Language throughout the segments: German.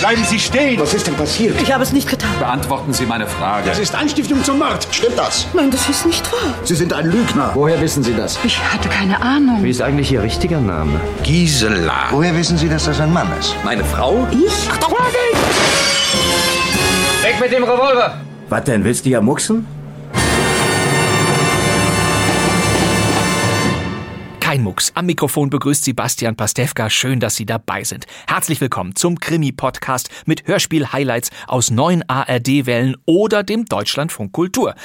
Bleiben Sie stehen! Was ist denn passiert? Ich habe es nicht getan. beantworten Sie meine Frage. Das ist Anstiftung zum Mord! Stimmt das? Nein, das ist nicht wahr. Sie sind ein Lügner. Woher wissen Sie das? Ich hatte keine Ahnung. Wie ist eigentlich Ihr richtiger Name? Gisela. Woher wissen Sie, dass das ein Mann ist? Meine Frau? Weg mit dem Revolver! Was denn, willst du ja mucksen? Kein Mucks. Am Mikrofon begrüßt Sebastian Pastewka. Schön, dass Sie dabei sind. Herzlich willkommen zum Krimi-Podcast mit Hörspiel-Highlights aus neuen ARD-Wellen oder dem Deutschlandfunk Kultur.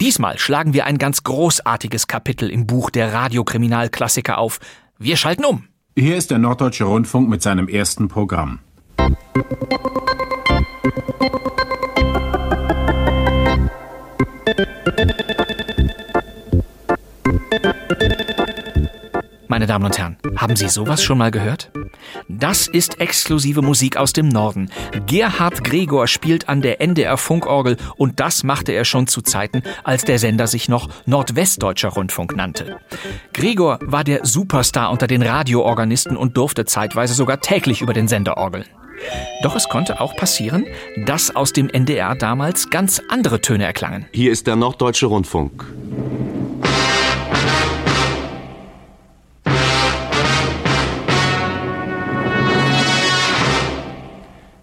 Diesmal schlagen wir ein ganz großartiges Kapitel im Buch der Radiokriminalklassiker auf. Wir schalten um. Hier ist der Norddeutsche Rundfunk mit seinem ersten Programm. Meine Damen und Herren, haben Sie sowas schon mal gehört? Das ist exklusive Musik aus dem Norden. Gerhard Gregor spielt an der NDR Funkorgel und das machte er schon zu Zeiten, als der Sender sich noch Nordwestdeutscher Rundfunk nannte. Gregor war der Superstar unter den Radioorganisten und durfte zeitweise sogar täglich über den Sender orgeln. Doch es konnte auch passieren, dass aus dem NDR damals ganz andere Töne erklangen. Hier ist der Norddeutsche Rundfunk.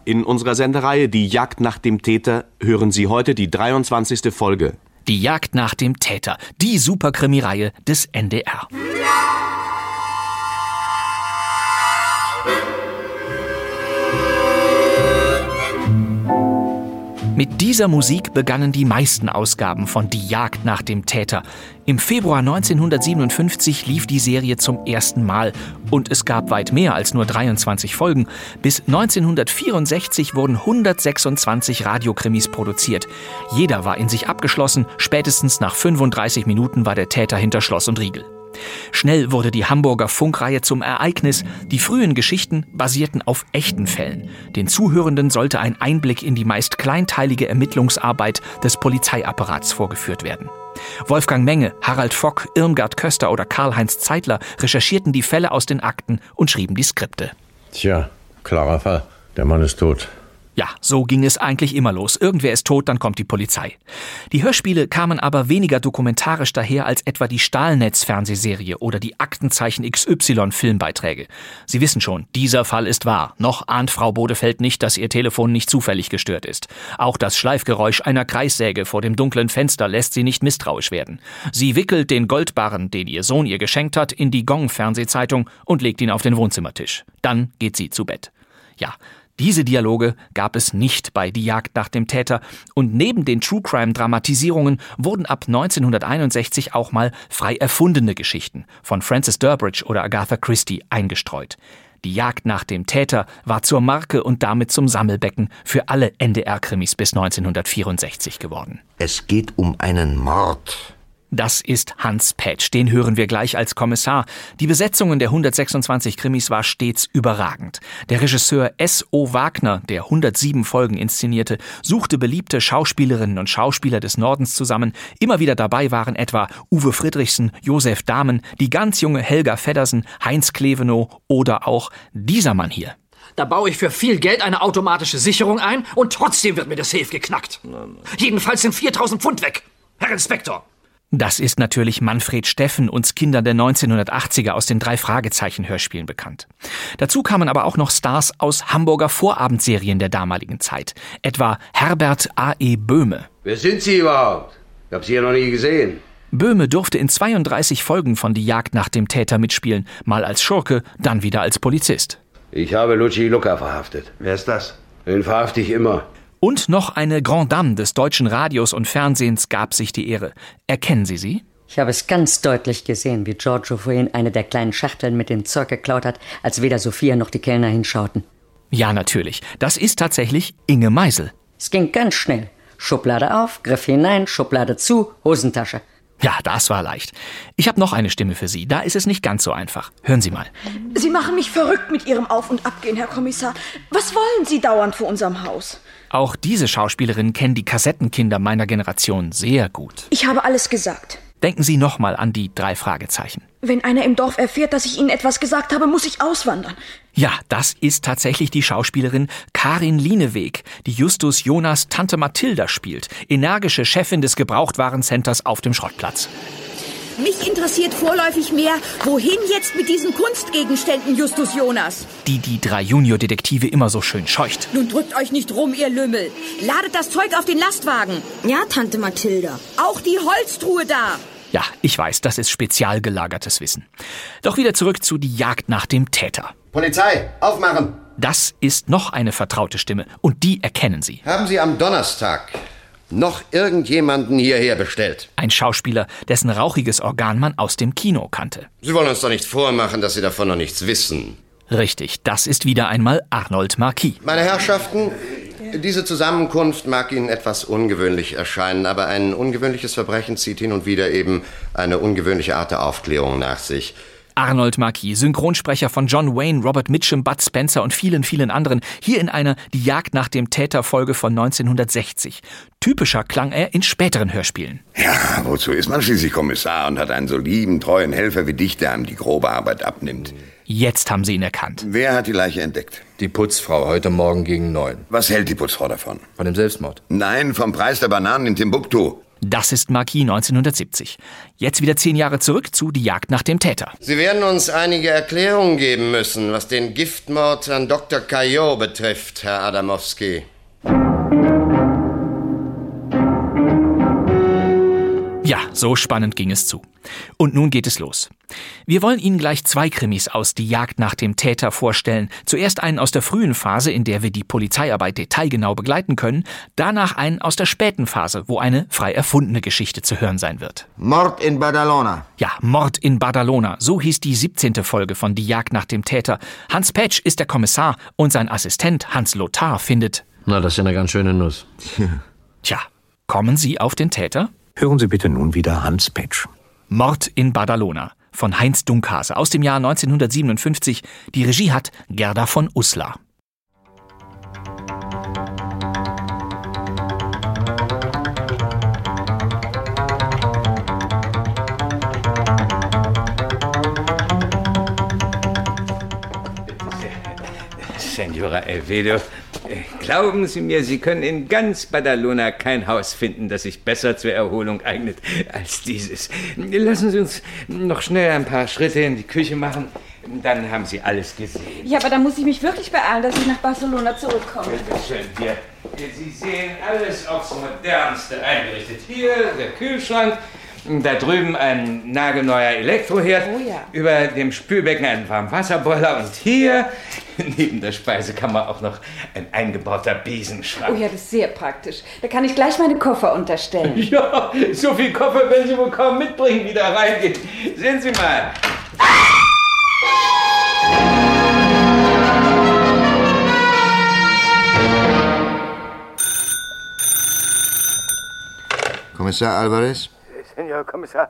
In unserer Sendereihe Die Jagd nach dem Täter hören Sie heute die 23. Folge. Die Jagd nach dem Täter, die Superkrimireihe des NDR. Mit dieser Musik begannen die meisten Ausgaben von Die Jagd nach dem Täter. Im Februar 1957 lief die Serie zum ersten Mal und es gab weit mehr als nur 23 Folgen. Bis 1964 wurden 126 Radiokrimis produziert. Jeder war in sich abgeschlossen, spätestens nach 35 Minuten war der Täter hinter Schloss und Riegel. Schnell wurde die Hamburger Funkreihe zum Ereignis. Die frühen Geschichten basierten auf echten Fällen. Den Zuhörenden sollte ein Einblick in die meist kleinteilige Ermittlungsarbeit des Polizeiapparats vorgeführt werden. Wolfgang Menge, Harald Fock, Irmgard Köster oder Karl-Heinz Zeitler recherchierten die Fälle aus den Akten und schrieben die Skripte. Tja, klarer Fall. Der Mann ist tot. Ja, so ging es eigentlich immer los. Irgendwer ist tot, dann kommt die Polizei. Die Hörspiele kamen aber weniger dokumentarisch daher als etwa die Stahlnetz-Fernsehserie oder die Aktenzeichen XY-Filmbeiträge. Sie wissen schon, dieser Fall ist wahr. Noch ahnt Frau Bodefeld nicht, dass ihr Telefon nicht zufällig gestört ist. Auch das Schleifgeräusch einer Kreissäge vor dem dunklen Fenster lässt sie nicht misstrauisch werden. Sie wickelt den Goldbarren, den ihr Sohn ihr geschenkt hat, in die Gong-Fernsehzeitung und legt ihn auf den Wohnzimmertisch. Dann geht sie zu Bett. Ja, diese Dialoge gab es nicht bei Die Jagd nach dem Täter und neben den True Crime Dramatisierungen wurden ab 1961 auch mal frei erfundene Geschichten von Francis Durbridge oder Agatha Christie eingestreut. Die Jagd nach dem Täter war zur Marke und damit zum Sammelbecken für alle NDR-Krimis bis 1964 geworden. Es geht um einen Mord. Das ist Hans Petsch, den hören wir gleich als Kommissar. Die Besetzungen der 126 Krimis war stets überragend. Der Regisseur S. O. Wagner, der 107 Folgen inszenierte, suchte beliebte Schauspielerinnen und Schauspieler des Nordens zusammen. Immer wieder dabei waren etwa Uwe Friedrichsen, Josef Dahmen, die ganz junge Helga Feddersen, Heinz Klevenow oder auch dieser Mann hier. Da baue ich für viel Geld eine automatische Sicherung ein und trotzdem wird mir das Safe geknackt. Jedenfalls sind 4000 Pfund weg. Herr Inspektor, Das ist natürlich Manfred Steffen, uns Kindern der 1980er aus den drei Fragezeichen Hörspielen bekannt. Dazu kamen aber auch noch Stars aus Hamburger Vorabendserien der damaligen Zeit, etwa Herbert A.E. Böhme. Wer sind Sie überhaupt? Ich hab Sie ja noch nie gesehen. Böhme durfte in 32 Folgen von Die Jagd nach dem Täter mitspielen, mal als Schurke, dann wieder als Polizist. Ich habe Luigi Lucca verhaftet. Wer ist das? Den verhafte ich immer. Und noch eine Grand Dame des deutschen Radios und Fernsehens gab sich die Ehre. Erkennen Sie sie? Ich habe es ganz deutlich gesehen, wie Giorgio vorhin eine der kleinen Schachteln mit dem Zeug geklaut hat, als weder Sophia noch die Kellner hinschauten. Ja, natürlich. Das ist tatsächlich Inge Meisel. Es ging ganz schnell. Schublade auf, Griff hinein, Schublade zu, Hosentasche. Ja, das war leicht. Ich habe noch eine Stimme für Sie. Da ist es nicht ganz so einfach. Hören Sie mal. Sie machen mich verrückt mit Ihrem Auf- und Abgehen, Herr Kommissar. Was wollen Sie dauernd vor unserem Haus? Auch diese Schauspielerin kennen die Kassettenkinder meiner Generation sehr gut. Ich habe alles gesagt. Denken Sie nochmal an die drei Fragezeichen. Wenn einer im Dorf erfährt, dass ich Ihnen etwas gesagt habe, muss ich auswandern. Ja, das ist tatsächlich die Schauspielerin Karin Lieneweg, die Justus Jonas Tante Mathilda spielt, energische Chefin des Gebrauchtwarencenters auf dem Schrottplatz. Mich interessiert vorläufig mehr, wohin jetzt mit diesen Kunstgegenständen, Justus Jonas? Die die drei Junior-Detektive immer so schön scheucht. Nun drückt euch nicht rum, ihr Lümmel. Ladet das Zeug auf den Lastwagen. Ja, Tante Mathilda. Auch die Holztruhe da. Ja, ich weiß, das ist spezial gelagertes Wissen. Doch wieder zurück zu die Jagd nach dem Täter. Polizei, aufmachen! Das ist noch eine vertraute Stimme und die erkennen Sie. Haben Sie am Donnerstag noch irgendjemanden hierher bestellt? Ein Schauspieler, dessen rauchiges Organ man aus dem Kino kannte. Sie wollen uns doch nicht vormachen, dass Sie davon noch nichts wissen. Richtig, das ist wieder einmal Arnold Marquis. Meine Herrschaften, diese Zusammenkunft mag Ihnen etwas ungewöhnlich erscheinen, aber ein ungewöhnliches Verbrechen zieht hin und wieder eben eine ungewöhnliche Art der Aufklärung nach sich. Arnold Marquis, Synchronsprecher von John Wayne, Robert Mitchum, Bud Spencer und vielen, vielen anderen, hier in einer Die Jagd nach dem Täter Folge von 1960. Typischer klang er in späteren Hörspielen. Ja, Ah, wozu ist man schließlich Kommissar und hat einen so lieben, treuen Helfer wie dich, der einem die grobe Arbeit abnimmt? Jetzt haben sie ihn erkannt. Wer hat die Leiche entdeckt? Die Putzfrau, heute Morgen gegen neun. Was hält die Putzfrau davon? Von dem Selbstmord. Nein, vom Preis der Bananen in Timbuktu. Das ist Marquis 1970. Jetzt wieder zehn Jahre zurück zu Die Jagd nach dem Täter. Sie werden uns einige Erklärungen geben müssen, was den Giftmord an Dr. Caillot betrifft, Herr Adamowski. Ja, so spannend ging es zu. Und nun geht es los. Wir wollen Ihnen gleich zwei Krimis aus Die Jagd nach dem Täter vorstellen. Zuerst einen aus der frühen Phase, in der wir die Polizeiarbeit detailgenau begleiten können, danach einen aus der späten Phase, wo eine frei erfundene Geschichte zu hören sein wird. Mord in Badalona. Ja, Mord in Badalona, so hieß die 17. Folge von Die Jagd nach dem Täter. Hans Petsch ist der Kommissar und sein Assistent Hans Lothar findet. Na, das ist ja eine ganz schöne Nuss. Tja, kommen Sie auf den Täter? Hören Sie bitte nun wieder Hans Petsch. Mord in Badalona von Heinz Dunkhase aus dem Jahr 1957. Die Regie hat Gerda von Uslar. Senora Elvedo, glauben Sie mir, Sie können in ganz Badalona kein Haus finden, das sich besser zur Erholung eignet als dieses. Lassen Sie uns noch schnell ein paar Schritte in die Küche machen, dann haben Sie alles gesehen. Ja, aber da muss ich mich wirklich beeilen, dass ich nach Barcelona zurückkomme. Bitte schön, hier. Sie sehen alles aufs Modernste eingerichtet. Hier der Kühlschrank. Da drüben ein nagelneuer Elektroherd. Oh ja. Über dem Spülbecken ein Warmwasserboiler. Und hier neben der Speisekammer auch noch ein eingebauter Besenschrank. Oh ja, das ist sehr praktisch. Da kann ich gleich meine Koffer unterstellen. Ja, so viel Koffer werden Sie wohl kaum mitbringen, wie da reingeht. Sehen Sie mal. Kommissar Alvarez? Senor Kommissar,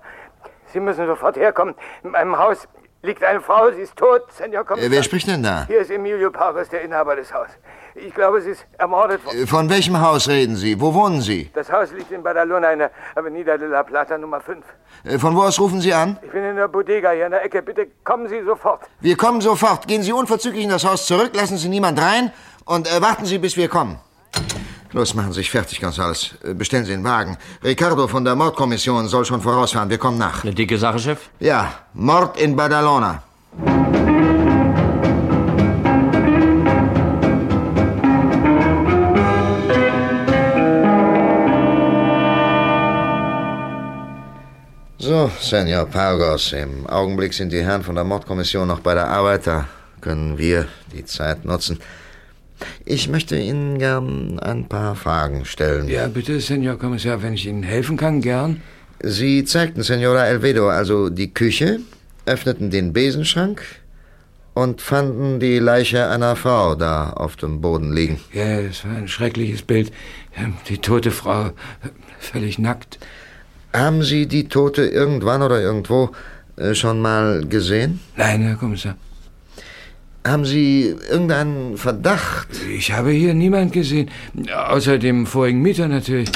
Sie müssen sofort herkommen. In meinem Haus liegt eine Frau, sie ist tot, Senor Kommissar. Äh, wer spricht denn da? Hier ist Emilio Paris, der Inhaber des Hauses. Ich glaube, sie ist ermordet worden. Äh, Von welchem Haus reden Sie? Wo wohnen Sie? Das Haus liegt in Badalona in der Avenida de la Plata Nummer 5. Äh, Von wo aus rufen Sie an? Ich bin in der Bodega hier in der Ecke. Bitte kommen Sie sofort. Wir kommen sofort. Gehen Sie unverzüglich in das Haus zurück, lassen Sie niemand rein und äh, warten Sie, bis wir kommen. Los, machen Sie sich fertig, Gonzales. Äh, Bestellen Sie den Wagen. Ricardo von der Mordkommission soll schon vorausfahren. Wir kommen nach. Eine dicke Sache, Chef? Ja, Mord in Badalona. So, Senor Pargos, im Augenblick sind die Herren von der Mordkommission noch bei der Arbeit. Da können wir die Zeit nutzen. Ich möchte Ihnen gern ein paar Fragen stellen. Ja, bitte, Senor Kommissar, wenn ich Ihnen helfen kann, gern. Sie zeigten Senora Elvedo also die Küche, öffneten den Besenschrank und fanden die Leiche einer Frau da auf dem Boden liegen. Ja, es war ein schreckliches Bild. Die tote Frau, völlig nackt. Haben Sie die Tote irgendwann oder irgendwo äh, schon mal gesehen? Nein, Herr Kommissar. Haben Sie irgendeinen Verdacht? Ich habe hier niemand gesehen. Außer dem vorigen Mieter natürlich.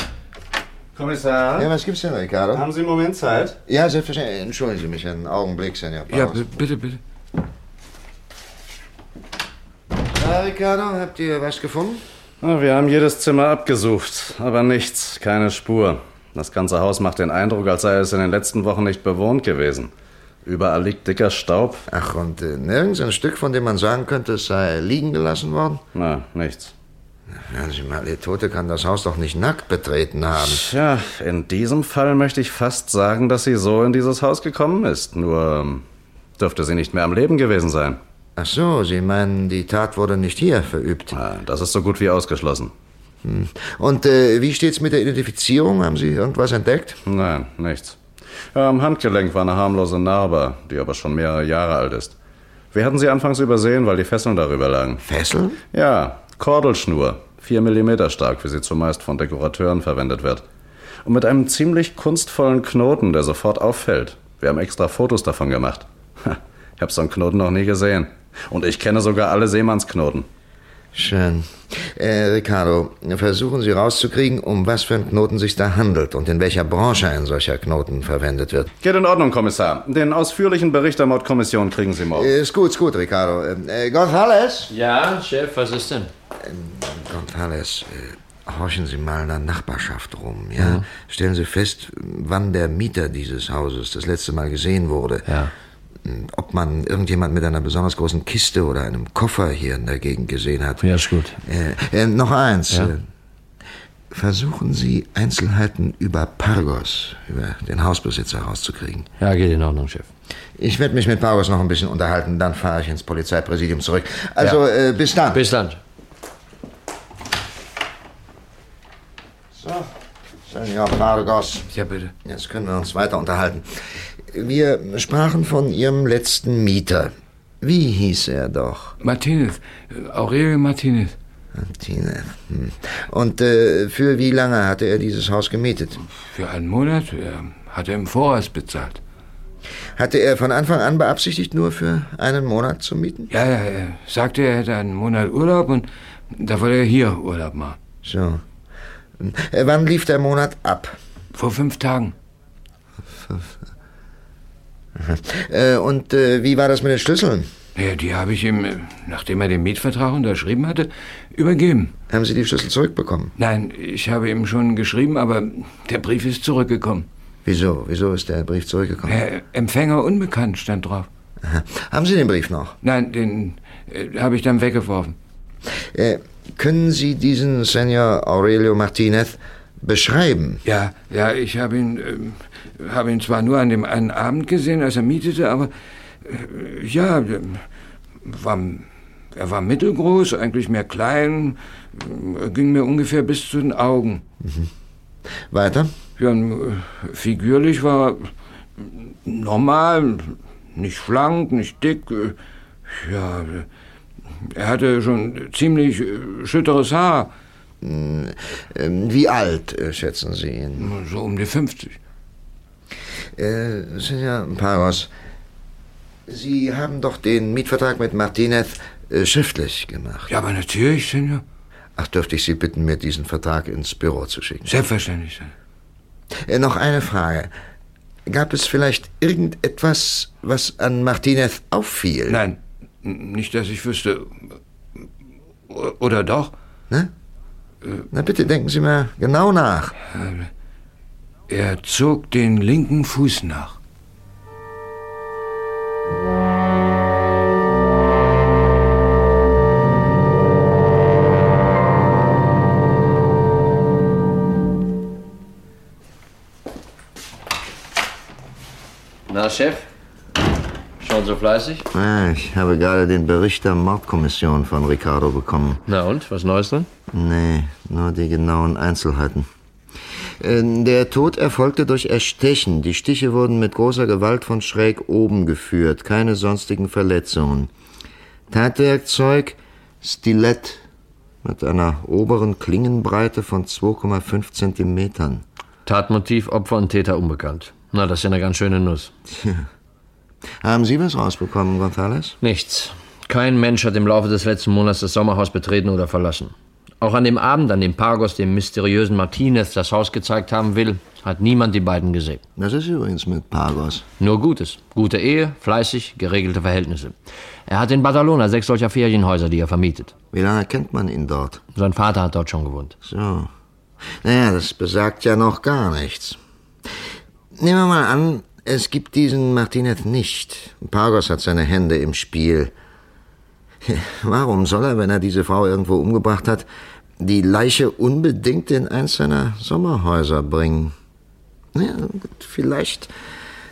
Kommissar? Ja, was gibt's denn, Ricardo? Haben Sie einen Moment Zeit? Ja, selbstverständlich. Entschuldigen Sie mich einen Augenblick, Senor Ja, Barros. b- bitte, bitte. Ja, Ricardo, habt ihr was gefunden? Na, wir haben jedes Zimmer abgesucht, aber nichts, keine Spur. Das ganze Haus macht den Eindruck, als sei es in den letzten Wochen nicht bewohnt gewesen. Überall liegt dicker Staub. Ach, und äh, nirgends ein Stück, von dem man sagen könnte, es sei liegen gelassen worden? Na, nichts. Hören Sie mal, der Tote kann das Haus doch nicht nackt betreten haben. Tja, in diesem Fall möchte ich fast sagen, dass sie so in dieses Haus gekommen ist. Nur ähm, dürfte sie nicht mehr am Leben gewesen sein. Ach so, Sie meinen, die Tat wurde nicht hier verübt? Ah, das ist so gut wie ausgeschlossen. Hm. Und äh, wie steht's mit der Identifizierung? Haben Sie irgendwas entdeckt? Nein, nichts. Am Handgelenk war eine harmlose Narbe, die aber schon mehrere Jahre alt ist. Wir hatten sie anfangs übersehen, weil die Fesseln darüber lagen. Fesseln? Ja, Kordelschnur. 4 mm stark, wie sie zumeist von Dekorateuren verwendet wird. Und mit einem ziemlich kunstvollen Knoten, der sofort auffällt. Wir haben extra Fotos davon gemacht. Ha, Ich hab so einen Knoten noch nie gesehen. Und ich kenne sogar alle Seemannsknoten. Schön. Äh, Ricardo, versuchen Sie rauszukriegen, um was für einen Knoten sich da handelt und in welcher Branche ein solcher Knoten verwendet wird. Geht in Ordnung, Kommissar. Den ausführlichen Bericht der Mordkommission kriegen Sie morgen. Äh, Ist gut, ist gut, Ricardo. Ähm, Äh, Gonzales? Ja, Chef, was ist denn? Gonzales, äh, horchen Sie mal in der Nachbarschaft rum, ja? Mhm. Stellen Sie fest, wann der Mieter dieses Hauses das letzte Mal gesehen wurde. Ob man irgendjemand mit einer besonders großen Kiste oder einem Koffer hier in der Gegend gesehen hat. Ja, ist gut. Äh, äh, noch eins. Ja. Äh, Versuchen Sie, Einzelheiten über Pargos, über den Hausbesitzer herauszukriegen. Ja, geht in Ordnung, Chef. Ich werde mich mit Pargos noch ein bisschen unterhalten, dann fahre ich ins Polizeipräsidium zurück. Also, äh, bis dann. Bis dann. So, Senor Pargos. Ja, bitte. Jetzt können wir uns weiter unterhalten. Wir sprachen von Ihrem letzten Mieter. Wie hieß er doch? Martinez. Aurelio Martinez. Martinez. Hm. Und äh, für wie lange hatte er dieses Haus gemietet? Für einen Monat äh, hat er im Voraus bezahlt. Hatte er von Anfang an beabsichtigt, nur für einen Monat zu mieten? Ja, ja, er sagte, er hätte einen Monat Urlaub und da wollte er hier Urlaub machen. So. Äh, wann lief der Monat ab? Vor fünf Tagen. Äh, und äh, wie war das mit den Schlüsseln? Ja, die habe ich ihm, äh, nachdem er den Mietvertrag unterschrieben hatte, übergeben. Haben Sie die Schlüssel zurückbekommen? Nein, ich habe ihm schon geschrieben, aber der Brief ist zurückgekommen. Wieso? Wieso ist der Brief zurückgekommen? Äh, Empfänger unbekannt stand drauf. Haben Sie den Brief noch? Nein, den äh, habe ich dann weggeworfen. Äh, können Sie diesen Senor Aurelio Martinez beschreiben? Ja, ja, ich habe ihn, ähm, habe ihn zwar nur an dem einen Abend gesehen, als er mietete, aber äh, ja, ähm, war, er war mittelgroß, eigentlich mehr klein, äh, ging mir ungefähr bis zu den Augen. Mhm. Weiter? Ja, ähm, äh, figürlich war äh, normal, nicht schlank, nicht dick. äh, Ja, äh, er hatte schon ziemlich äh, schütteres Haar. Ähm, Wie alt äh, schätzen Sie ihn? So um die 50. Äh, Senor Paros, Sie haben doch den Mietvertrag mit Martinez äh, schriftlich gemacht. Ja, aber natürlich, Senor. Ach, dürfte ich Sie bitten, mir diesen Vertrag ins Büro zu schicken? Selbstverständlich, Senor. Äh, noch eine Frage. Gab es vielleicht irgendetwas, was an Martinez auffiel? Nein, n- nicht, dass ich wüsste. O- Oder doch? Ne? Na bitte, denken Sie mal genau nach. Äh, Er zog den linken Fuß nach. Na, Chef? Schon so fleißig? Ah, ich habe gerade den Bericht der Mordkommission von Ricardo bekommen. Na und, was Neues denn? Nee, nur die genauen Einzelheiten. Ähm, Der Tod erfolgte durch Erstechen. Die Stiche wurden mit großer Gewalt von schräg oben geführt. Keine sonstigen Verletzungen. Tatwerkzeug Stilett mit einer oberen Klingenbreite von 2,5 Zentimetern. Tatmotiv, Opfer und Täter unbekannt. Na, das ist ja eine ganz schöne Nuss. Haben Sie was rausbekommen, Gonzales? Nichts. Kein Mensch hat im Laufe des letzten Monats das Sommerhaus betreten oder verlassen. Auch an dem Abend, an dem Pargos dem mysteriösen Martinez das Haus gezeigt haben will, hat niemand die beiden gesehen. Das ist übrigens mit Pargos. Nur Gutes. Gute Ehe, fleißig, geregelte Verhältnisse. Er hat in Badalona sechs solcher Ferienhäuser, die er vermietet. Wie lange kennt man ihn dort? Sein Vater hat dort schon gewohnt. So. Naja, das besagt ja noch gar nichts. Nehmen wir mal an, es gibt diesen Martinez nicht. Pargos hat seine Hände im Spiel. Warum soll er, wenn er diese Frau irgendwo umgebracht hat, die Leiche unbedingt in eins seiner Sommerhäuser bringen? Ja, gut, vielleicht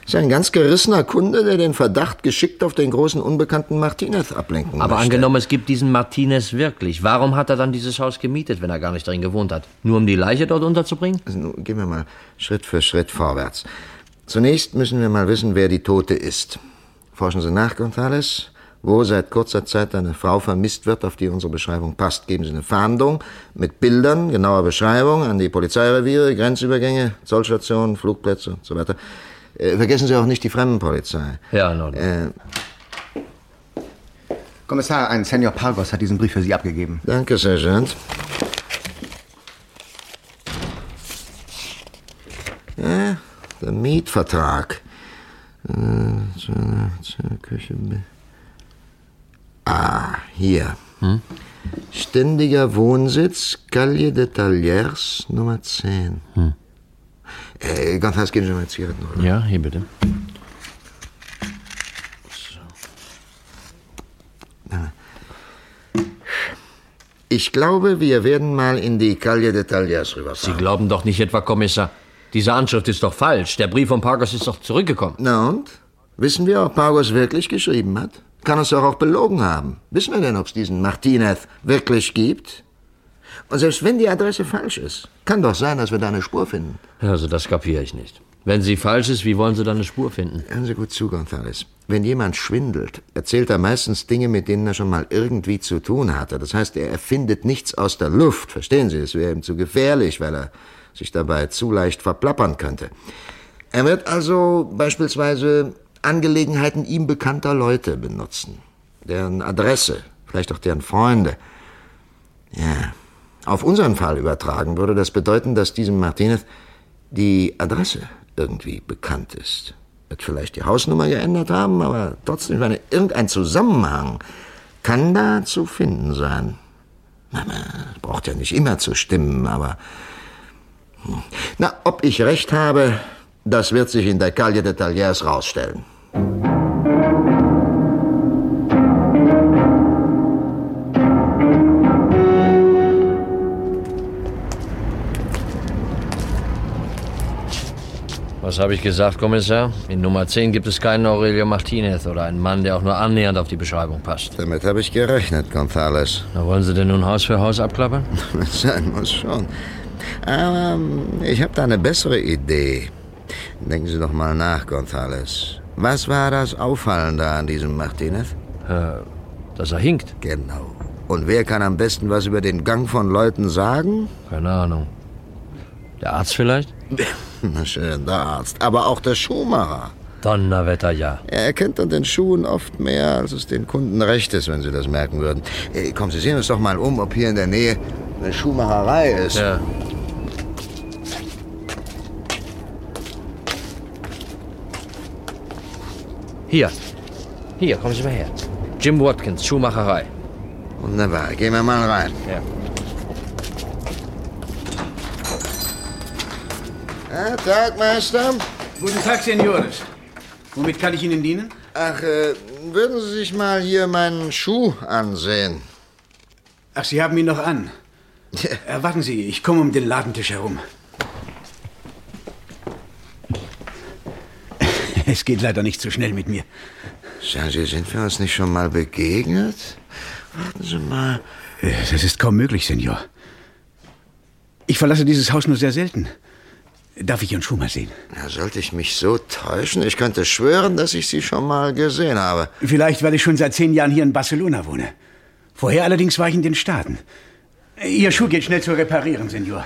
ist er ein ganz gerissener Kunde, der den Verdacht geschickt auf den großen unbekannten Martinez ablenken Aber möchte. angenommen, es gibt diesen Martinez wirklich. Warum hat er dann dieses Haus gemietet, wenn er gar nicht drin gewohnt hat? Nur um die Leiche dort unterzubringen? Also, nun gehen wir mal Schritt für Schritt vorwärts. Zunächst müssen wir mal wissen, wer die Tote ist. Forschen Sie nach, Gonzales, wo seit kurzer Zeit eine Frau vermisst wird, auf die unsere Beschreibung passt. Geben Sie eine Fahndung mit Bildern, genauer Beschreibung an die Polizeireviere, Grenzübergänge, Zollstationen, Flugplätze und so weiter. Äh, vergessen Sie auch nicht die Fremdenpolizei. Ja, in Ordnung. Äh, Kommissar, ein Senior Pargos hat diesen Brief für Sie abgegeben. danke, Sergeant. Ja, der Mietvertrag. Äh, zu einer- zur Küche. Ah, hier. Hm? Ständiger Wohnsitz, Calle de Talliers, Nummer 10. Hm. Äh, Gonzales, geben Sie mal Zigaretten, oder? Ja, hier bitte. Ich glaube, wir werden mal in die Calle de Talliers rüberfahren. Sie glauben doch nicht etwa, Kommissar. Diese Anschrift ist doch falsch. Der Brief von Parkers ist doch zurückgekommen. Na und? Wissen wir, ob Pagos wirklich geschrieben hat? Kann es doch auch belogen haben. Wissen wir denn, ob es diesen Martinez wirklich gibt? Und selbst wenn die Adresse falsch ist, kann doch sein, dass wir da eine Spur finden. Also das kapiere ich nicht. Wenn sie falsch ist, wie wollen sie dann eine Spur finden? Hören Sie gut zu, Gonzales. Wenn jemand schwindelt, erzählt er meistens Dinge, mit denen er schon mal irgendwie zu tun hatte. Das heißt, er erfindet nichts aus der Luft. Verstehen Sie, es wäre ihm zu gefährlich, weil er sich dabei zu leicht verplappern könnte. Er wird also beispielsweise Angelegenheiten ihm bekannter Leute benutzen. Deren Adresse, vielleicht auch deren Freunde. Ja. Auf unseren Fall übertragen würde das bedeuten, dass diesem Martinez die Adresse irgendwie bekannt ist. Wird vielleicht die Hausnummer geändert haben, aber trotzdem, ich meine, irgendein Zusammenhang kann da zu finden sein. Na, na, es braucht ja nicht immer zu stimmen, aber. Hm. Na, ob ich recht habe, das wird sich in der Calle de Talliers rausstellen. Was habe ich gesagt, Kommissar? In Nummer 10 gibt es keinen Aurelio Martinez oder einen Mann, der auch nur annähernd auf die Beschreibung passt. Damit habe ich gerechnet, Gonzales. Na, wollen Sie denn nun Haus für Haus abklappern? Wenn es sein muss schon. Aber ähm, ich habe da eine bessere Idee. Denken Sie doch mal nach, Gonzales. Was war das Auffallende an diesem Martinez? Äh, dass er hinkt. Genau. Und wer kann am besten was über den Gang von Leuten sagen? Keine Ahnung. Der Arzt vielleicht? Na schön, der Arzt. Aber auch der Schuhmacher. Donnerwetter, ja. Er erkennt an den Schuhen oft mehr, als es den Kunden recht ist, wenn sie das merken würden. Äh, komm, Sie sehen uns doch mal um, ob hier in der Nähe eine Schuhmacherei ist. Ja. Hier. Hier, kommen Sie mal her. Jim Watkins, Schuhmacherei. Wunderbar, gehen wir mal rein. Ja. Ah, Tag, Meister. Guten Tag, Senores. Womit kann ich Ihnen dienen? Ach, äh, würden Sie sich mal hier meinen Schuh ansehen? Ach, Sie haben ihn noch an. Äh, warten Sie, ich komme um den Ladentisch herum. Es geht leider nicht so schnell mit mir. Sagen Sie, sind wir uns nicht schon mal begegnet? Warten Sie mal. Äh, Das ist kaum möglich, Senor. Ich verlasse dieses Haus nur sehr selten. Darf ich Ihren Schuh mal sehen? Na, sollte ich mich so täuschen? Ich könnte schwören, dass ich Sie schon mal gesehen habe. Vielleicht, weil ich schon seit zehn Jahren hier in Barcelona wohne. Vorher allerdings war ich in den Staaten. Ihr Schuh geht schnell zu reparieren, Senor.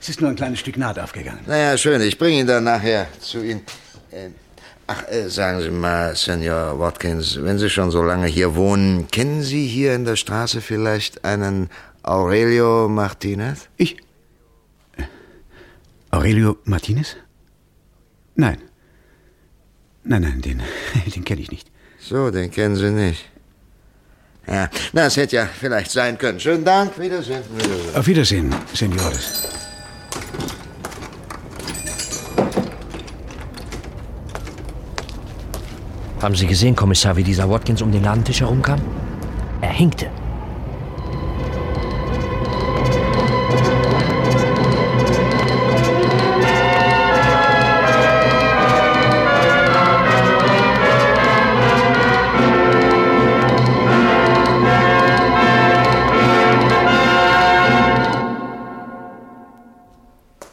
Es ist nur ein kleines Stück Naht aufgegangen. Naja, schön, ich bringe ihn dann nachher zu Ihnen. Äh, Ach, äh, sagen Sie mal, Senior Watkins, wenn Sie schon so lange hier wohnen, kennen Sie hier in der Straße vielleicht einen Aurelio Martinez? Ich? Aurelio Martinez? Nein. Nein, nein, den, den kenne ich nicht. So, den kennen Sie nicht. Ja, na, es hätte ja vielleicht sein können. Schönen Dank, Wiedersehen. Wiedersehen. Auf Wiedersehen, Senores. Haben Sie gesehen, Kommissar, wie dieser Watkins um den Ladentisch herumkam? Er hinkte.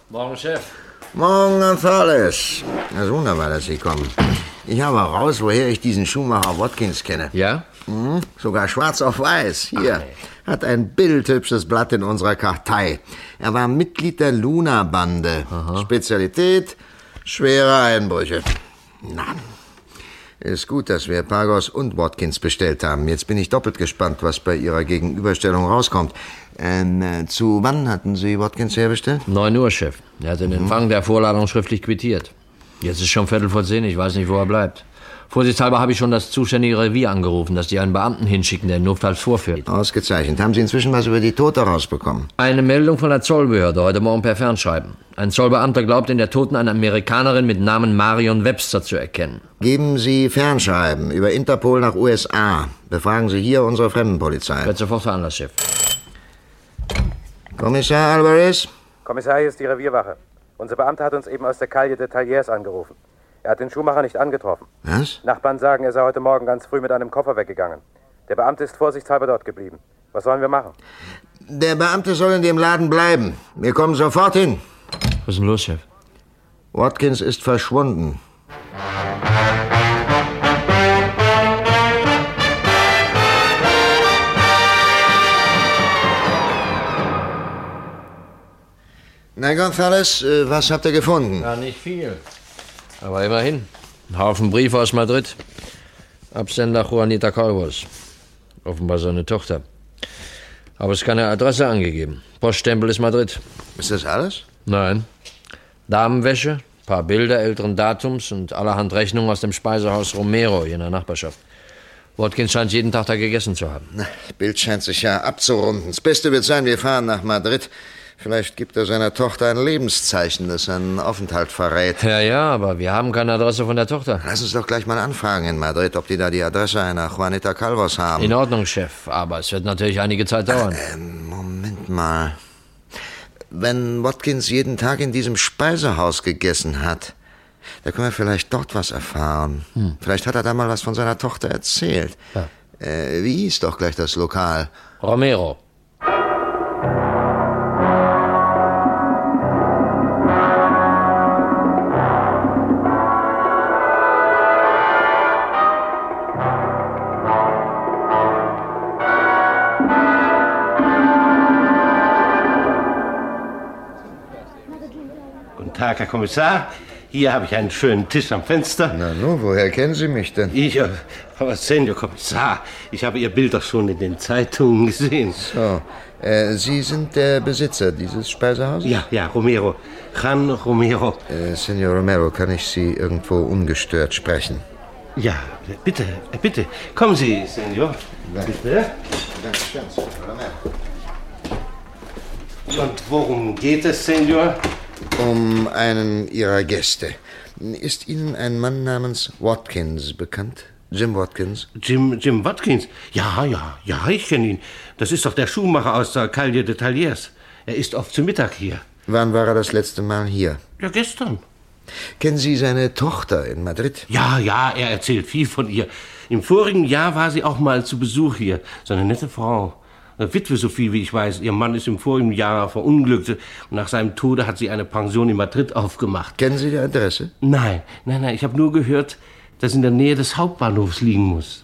Morgen, Chef. Morgen, Gonzales. Das ist wunderbar, dass Sie kommen. Ich habe raus, woher ich diesen Schuhmacher Watkins kenne. Ja? Mhm, sogar schwarz auf weiß. Hier. Hat ein bildhübsches Blatt in unserer Kartei. Er war Mitglied der Luna-Bande. Spezialität: schwere Einbrüche. Na. Ist gut, dass wir Pagos und Watkins bestellt haben. Jetzt bin ich doppelt gespannt, was bei Ihrer Gegenüberstellung rauskommt. Ähm, äh, zu wann hatten Sie Watkins herbestellt? Mhm. 9 Uhr, Chef. Er hat den Empfang der Vorladung schriftlich quittiert. Jetzt ist schon Viertel vor zehn, ich weiß nicht, wo er bleibt. Vorsichtshalber habe ich schon das zuständige Revier angerufen, dass die einen Beamten hinschicken, der ihn notfalls vorführt. Ausgezeichnet. Haben Sie inzwischen was über die Tote rausbekommen? Eine Meldung von der Zollbehörde heute Morgen per Fernschreiben. Ein Zollbeamter glaubt in der Toten eine Amerikanerin mit Namen Marion Webster zu erkennen. Geben Sie Fernschreiben über Interpol nach USA. Befragen Sie hier unsere Fremdenpolizei. Wird sofort veranlasst, Chef. Kommissar Alvarez? Kommissar, hier ist die Revierwache. Unser Beamter hat uns eben aus der Calle de Talliers angerufen. Er hat den Schuhmacher nicht angetroffen. Was? Nachbarn sagen, er sei heute Morgen ganz früh mit einem Koffer weggegangen. Der Beamte ist vorsichtshalber dort geblieben. Was sollen wir machen? Der Beamte soll in dem Laden bleiben. Wir kommen sofort hin. Was ist denn los, Chef? Watkins ist verschwunden. Na, Gonzales, äh, was habt ihr gefunden? Na, nicht viel. Aber immerhin. Ein Haufen Briefe aus Madrid. Absender Juanita Calvos. Offenbar seine Tochter. Aber es ist keine Adresse angegeben. Poststempel ist Madrid. Ist das alles? Nein. Damenwäsche, paar Bilder älteren Datums und allerhand Rechnungen aus dem Speisehaus Romero hier in der Nachbarschaft. Watkins scheint jeden Tag da gegessen zu haben. Na, das Bild scheint sich ja abzurunden. Das Beste wird sein, wir fahren nach Madrid. Vielleicht gibt er seiner Tochter ein Lebenszeichen, das seinen Aufenthalt verrät. Ja, ja, aber wir haben keine Adresse von der Tochter. Lass uns doch gleich mal anfragen in Madrid, ob die da die Adresse einer Juanita Calvos haben. In Ordnung, Chef, aber es wird natürlich einige Zeit dauern. Äh, Moment mal. Wenn Watkins jeden Tag in diesem Speisehaus gegessen hat, da können wir vielleicht dort was erfahren. Hm. Vielleicht hat er da mal was von seiner Tochter erzählt. Ja. Äh, wie hieß doch gleich das Lokal? Romero. Guten Tag, Herr Kommissar. Hier habe ich einen schönen Tisch am Fenster. Na nun, woher kennen Sie mich denn? Ich, äh, aber Senior Kommissar, ich habe Ihr Bild doch schon in den Zeitungen gesehen. So, äh, Sie sind der Besitzer dieses Speisehauses? Ja, ja, Romero. Juan Romero. Äh, Senor Romero, kann ich Sie irgendwo ungestört sprechen? Ja, bitte, bitte. Kommen Sie, Senior. Bitte. Dankeschön, Senor Romero. Und worum geht es, Senior? Um einen Ihrer Gäste. Ist Ihnen ein Mann namens Watkins bekannt? Jim Watkins? Jim, Jim Watkins? Ja, ja, ja, ich kenne ihn. Das ist doch der Schuhmacher aus der Calle de Talliers. Er ist oft zu Mittag hier. Wann war er das letzte Mal hier? Ja, gestern. Kennen Sie seine Tochter in Madrid? Ja, ja, er erzählt viel von ihr. Im vorigen Jahr war sie auch mal zu Besuch hier. So eine nette Frau. Eine Witwe, so viel wie ich weiß. Ihr Mann ist im vorigen Jahr verunglückt. Und nach seinem Tode hat sie eine Pension in Madrid aufgemacht. Kennen Sie die Adresse? Nein, nein, nein. Ich habe nur gehört, dass in der Nähe des Hauptbahnhofs liegen muss.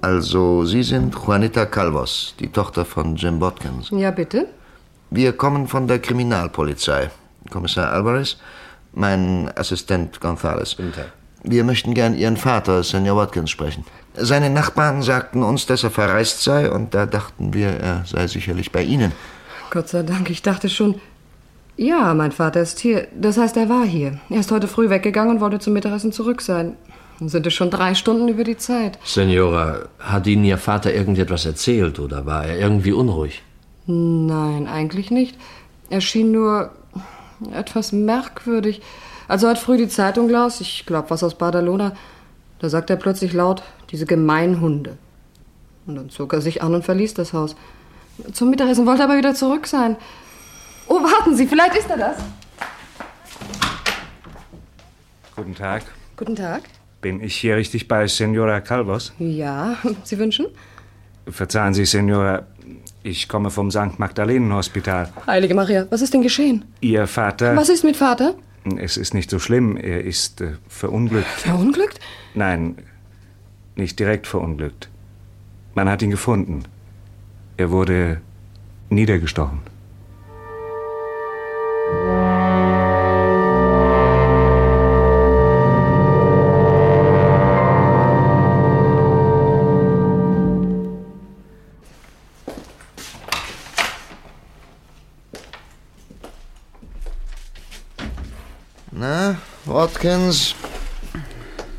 Also, Sie sind Juanita Calvos, die Tochter von Jim Watkins. Ja, bitte? Wir kommen von der Kriminalpolizei. Kommissar Alvarez, mein Assistent Gonzales. Wir möchten gern Ihren Vater, Senor Watkins, sprechen. Seine Nachbarn sagten uns, dass er verreist sei, und da dachten wir, er sei sicherlich bei Ihnen. Gott sei Dank, ich dachte schon. Ja, mein Vater ist hier. Das heißt, er war hier. Er ist heute früh weggegangen und wollte zum Mittagessen zurück sein. Dann sind es schon drei Stunden über die Zeit. Senora, hat Ihnen Ihr Vater irgendetwas erzählt oder war er irgendwie unruhig? Nein, eigentlich nicht. Er schien nur etwas merkwürdig. Als er heute früh die Zeitung las, ich glaube, was aus Badalona, da sagte er plötzlich laut, diese Gemeinhunde. Und dann zog er sich an und verließ das Haus. Zum Mittagessen wollte er aber wieder zurück sein. Oh, warten Sie, vielleicht ist er das. Guten Tag. Guten Tag. Bin ich hier richtig bei Senora Calvos? Ja, Sie wünschen? Verzeihen Sie, Senora, ich komme vom St. Magdalenen-Hospital. Heilige Maria, was ist denn geschehen? Ihr Vater... Was ist mit Vater? Es ist nicht so schlimm. Er ist äh, verunglückt. Verunglückt? Nein, nicht direkt verunglückt. Man hat ihn gefunden. Er wurde niedergestochen. Na, Watkins,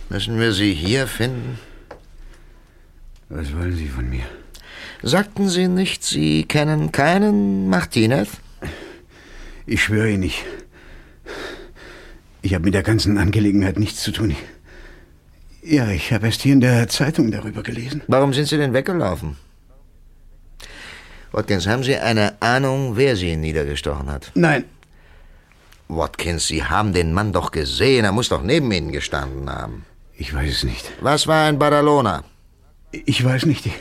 müssen wir Sie hier finden? Was wollen Sie von mir? Sagten Sie nicht, Sie kennen keinen Martinez? Ich schwöre Ihnen nicht. Ich habe mit der ganzen Angelegenheit nichts zu tun. Ja, ich habe erst hier in der Zeitung darüber gelesen. Warum sind Sie denn weggelaufen? Watkins, haben Sie eine Ahnung, wer Sie niedergestochen hat? Nein. Watkins, Sie haben den Mann doch gesehen. Er muss doch neben Ihnen gestanden haben. Ich weiß es nicht. Was war in Badalona? Ich weiß nicht. Ich,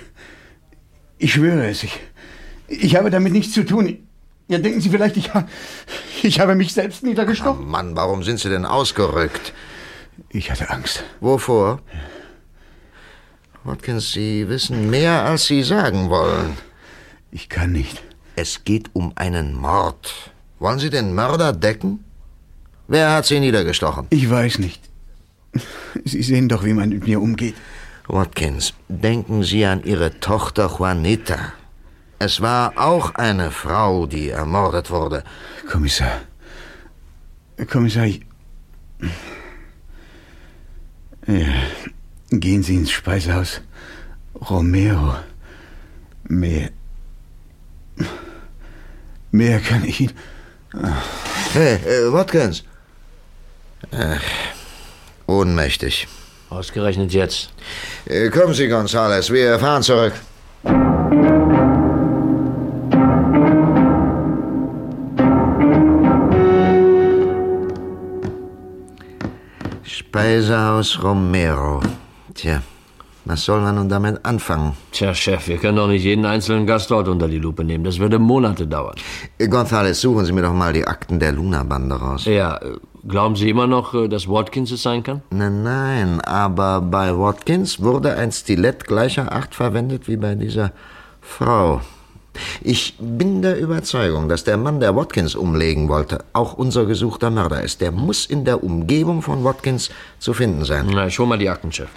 ich schwöre es. Ich, ich habe damit nichts zu tun. Ja, denken Sie vielleicht, ich, ha- ich habe mich selbst niedergestochen? Mann, warum sind Sie denn ausgerückt? Ich hatte Angst. Wovor? Watkins, Sie wissen mehr, als Sie sagen wollen. Ich kann nicht. Es geht um einen Mord. Wollen Sie den Mörder decken? Wer hat Sie niedergestochen? Ich weiß nicht. Sie sehen doch, wie man mit mir umgeht. Watkins, denken Sie an Ihre Tochter Juanita. Es war auch eine Frau, die ermordet wurde. Kommissar. Kommissar, Äh, ich... Ja. Gehen Sie ins Speisehaus. Romero. Mehr... Mehr kann ich Ihnen... Hey, äh, Watkins. Ach, ohnmächtig. Ausgerechnet jetzt. Äh, kommen Sie, Gonzales, wir fahren zurück. Speisehaus Romero. Tja, was soll man nun damit anfangen? Tja, Chef, wir können doch nicht jeden einzelnen Gastort unter die Lupe nehmen. Das würde Monate dauern. Äh, Gonzales, suchen Sie mir doch mal die Akten der Luna-Bande raus. Ja, äh, glauben Sie immer noch, äh, dass Watkins es sein kann? Nein, nein, aber bei Watkins wurde ein Stilett gleicher Art verwendet wie bei dieser Frau. Ich bin der Überzeugung, dass der Mann, der Watkins umlegen wollte, auch unser gesuchter Mörder ist. Der muss in der Umgebung von Watkins zu finden sein. Na, schon mal die Akten, Chef.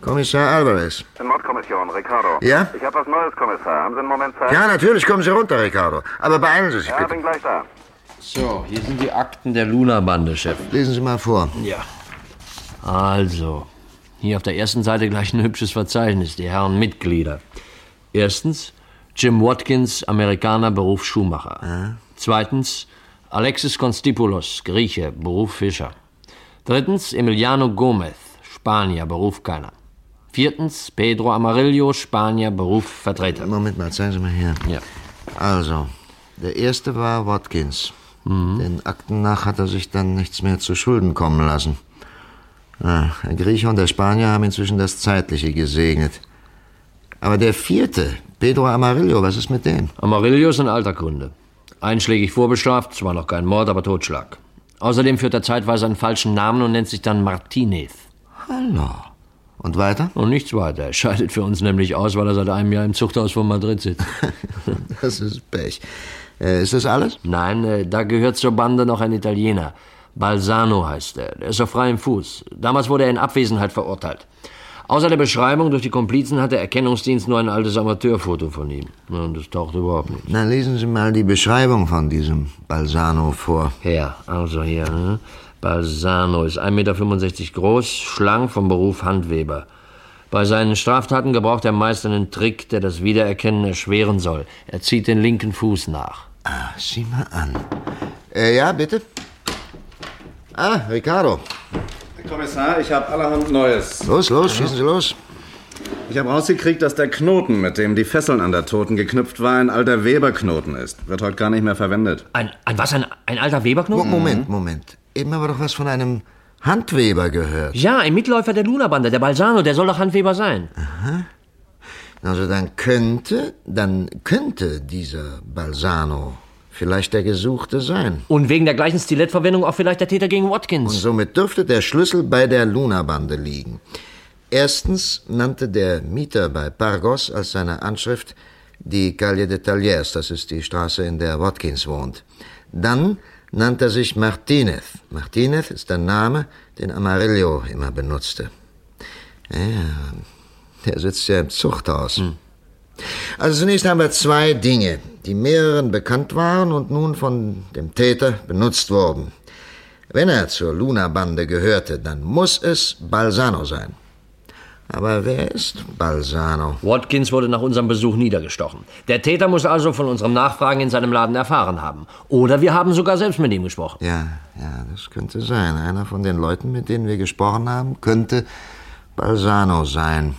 Kommissar Alvarez. Mordkommission, Ricardo. Ja? Ich habe was Neues, Kommissar. Haben Sie einen Moment Zeit? Ja, natürlich, kommen Sie runter, Ricardo. Aber beeilen Sie sich Ja, bitte. bin gleich da. So, hier sind die Akten der Luna-Bande, Chef. Lesen Sie mal vor. Ja. Also, hier auf der ersten Seite gleich ein hübsches Verzeichnis, die Herren Mitglieder. Erstens, Jim Watkins, Amerikaner, Beruf Schuhmacher. Zweitens, Alexis Konstipulos, Grieche, Beruf Fischer. Drittens, Emiliano Gomez, Spanier, Beruf keiner. Viertens, Pedro Amarillo, Spanier, Beruf Vertreter. Moment mal, zeigen Sie mal her. Ja. Also, der erste war Watkins. Mhm. Den Akten nach hat er sich dann nichts mehr zu Schulden kommen lassen. Ja, der Grieche und der Spanier haben inzwischen das Zeitliche gesegnet. Aber der vierte, Pedro Amarillo, was ist mit dem? Amarillo ist ein alter Kunde. Einschlägig vorbestraft, zwar noch kein Mord, aber Totschlag. Außerdem führt er zeitweise einen falschen Namen und nennt sich dann Martinez. Hallo. Und weiter? Und nichts weiter. Er scheidet für uns nämlich aus, weil er seit einem Jahr im Zuchthaus von Madrid sitzt. das ist Pech. Äh, ist das alles? Nein, äh, da gehört zur Bande noch ein Italiener. Balsano heißt er. Der ist auf freiem Fuß. Damals wurde er in Abwesenheit verurteilt. Außer der Beschreibung durch die Komplizen hat der Erkennungsdienst nur ein altes Amateurfoto von ihm. Ja, Und das taucht überhaupt nicht. Na, lesen Sie mal die Beschreibung von diesem Balsano vor. Ja, also hier. Hm? Balsano ist 1,65 Meter groß, schlank vom Beruf Handweber. Bei seinen Straftaten gebraucht er meist einen Trick, der das Wiedererkennen erschweren soll. Er zieht den linken Fuß nach. Ah, sieh mal an. Äh, ja, bitte? Ah, Ricardo. Herr Kommissar, ich habe allerhand Neues. Los, los, schießen Sie los. Ich habe rausgekriegt, dass der Knoten, mit dem die Fesseln an der Toten geknüpft war, ein alter Weberknoten ist. Wird heute gar nicht mehr verwendet. Ein, ein was? Ein, ein alter Weberknoten? Moment, Moment. Eben haben wir doch was von einem Handweber gehört. Ja, ein Mitläufer der Luna-Bande, der Balsano, der soll doch Handweber sein. Also dann könnte, dann könnte dieser Balsano vielleicht der Gesuchte sein. Und wegen der gleichen Stilettverwendung auch vielleicht der Täter gegen Watkins. Und somit dürfte der Schlüssel bei der Luna-Bande liegen. Erstens nannte der Mieter bei Pargos als seine Anschrift die Calle de Talliers, das ist die Straße, in der Watkins wohnt. Dann nannte er sich Martinez. Martinez ist der Name, den Amarillo immer benutzte. Ja, der sitzt ja im Zuchthaus. Hm. Also zunächst haben wir zwei Dinge, die mehreren bekannt waren und nun von dem Täter benutzt wurden. Wenn er zur Luna-Bande gehörte, dann muss es Balsano sein. Aber wer ist Balsano? Watkins wurde nach unserem Besuch niedergestochen. Der Täter muss also von unserem Nachfragen in seinem Laden erfahren haben. Oder wir haben sogar selbst mit ihm gesprochen. Ja, ja, das könnte sein. Einer von den Leuten, mit denen wir gesprochen haben, könnte Balsano sein.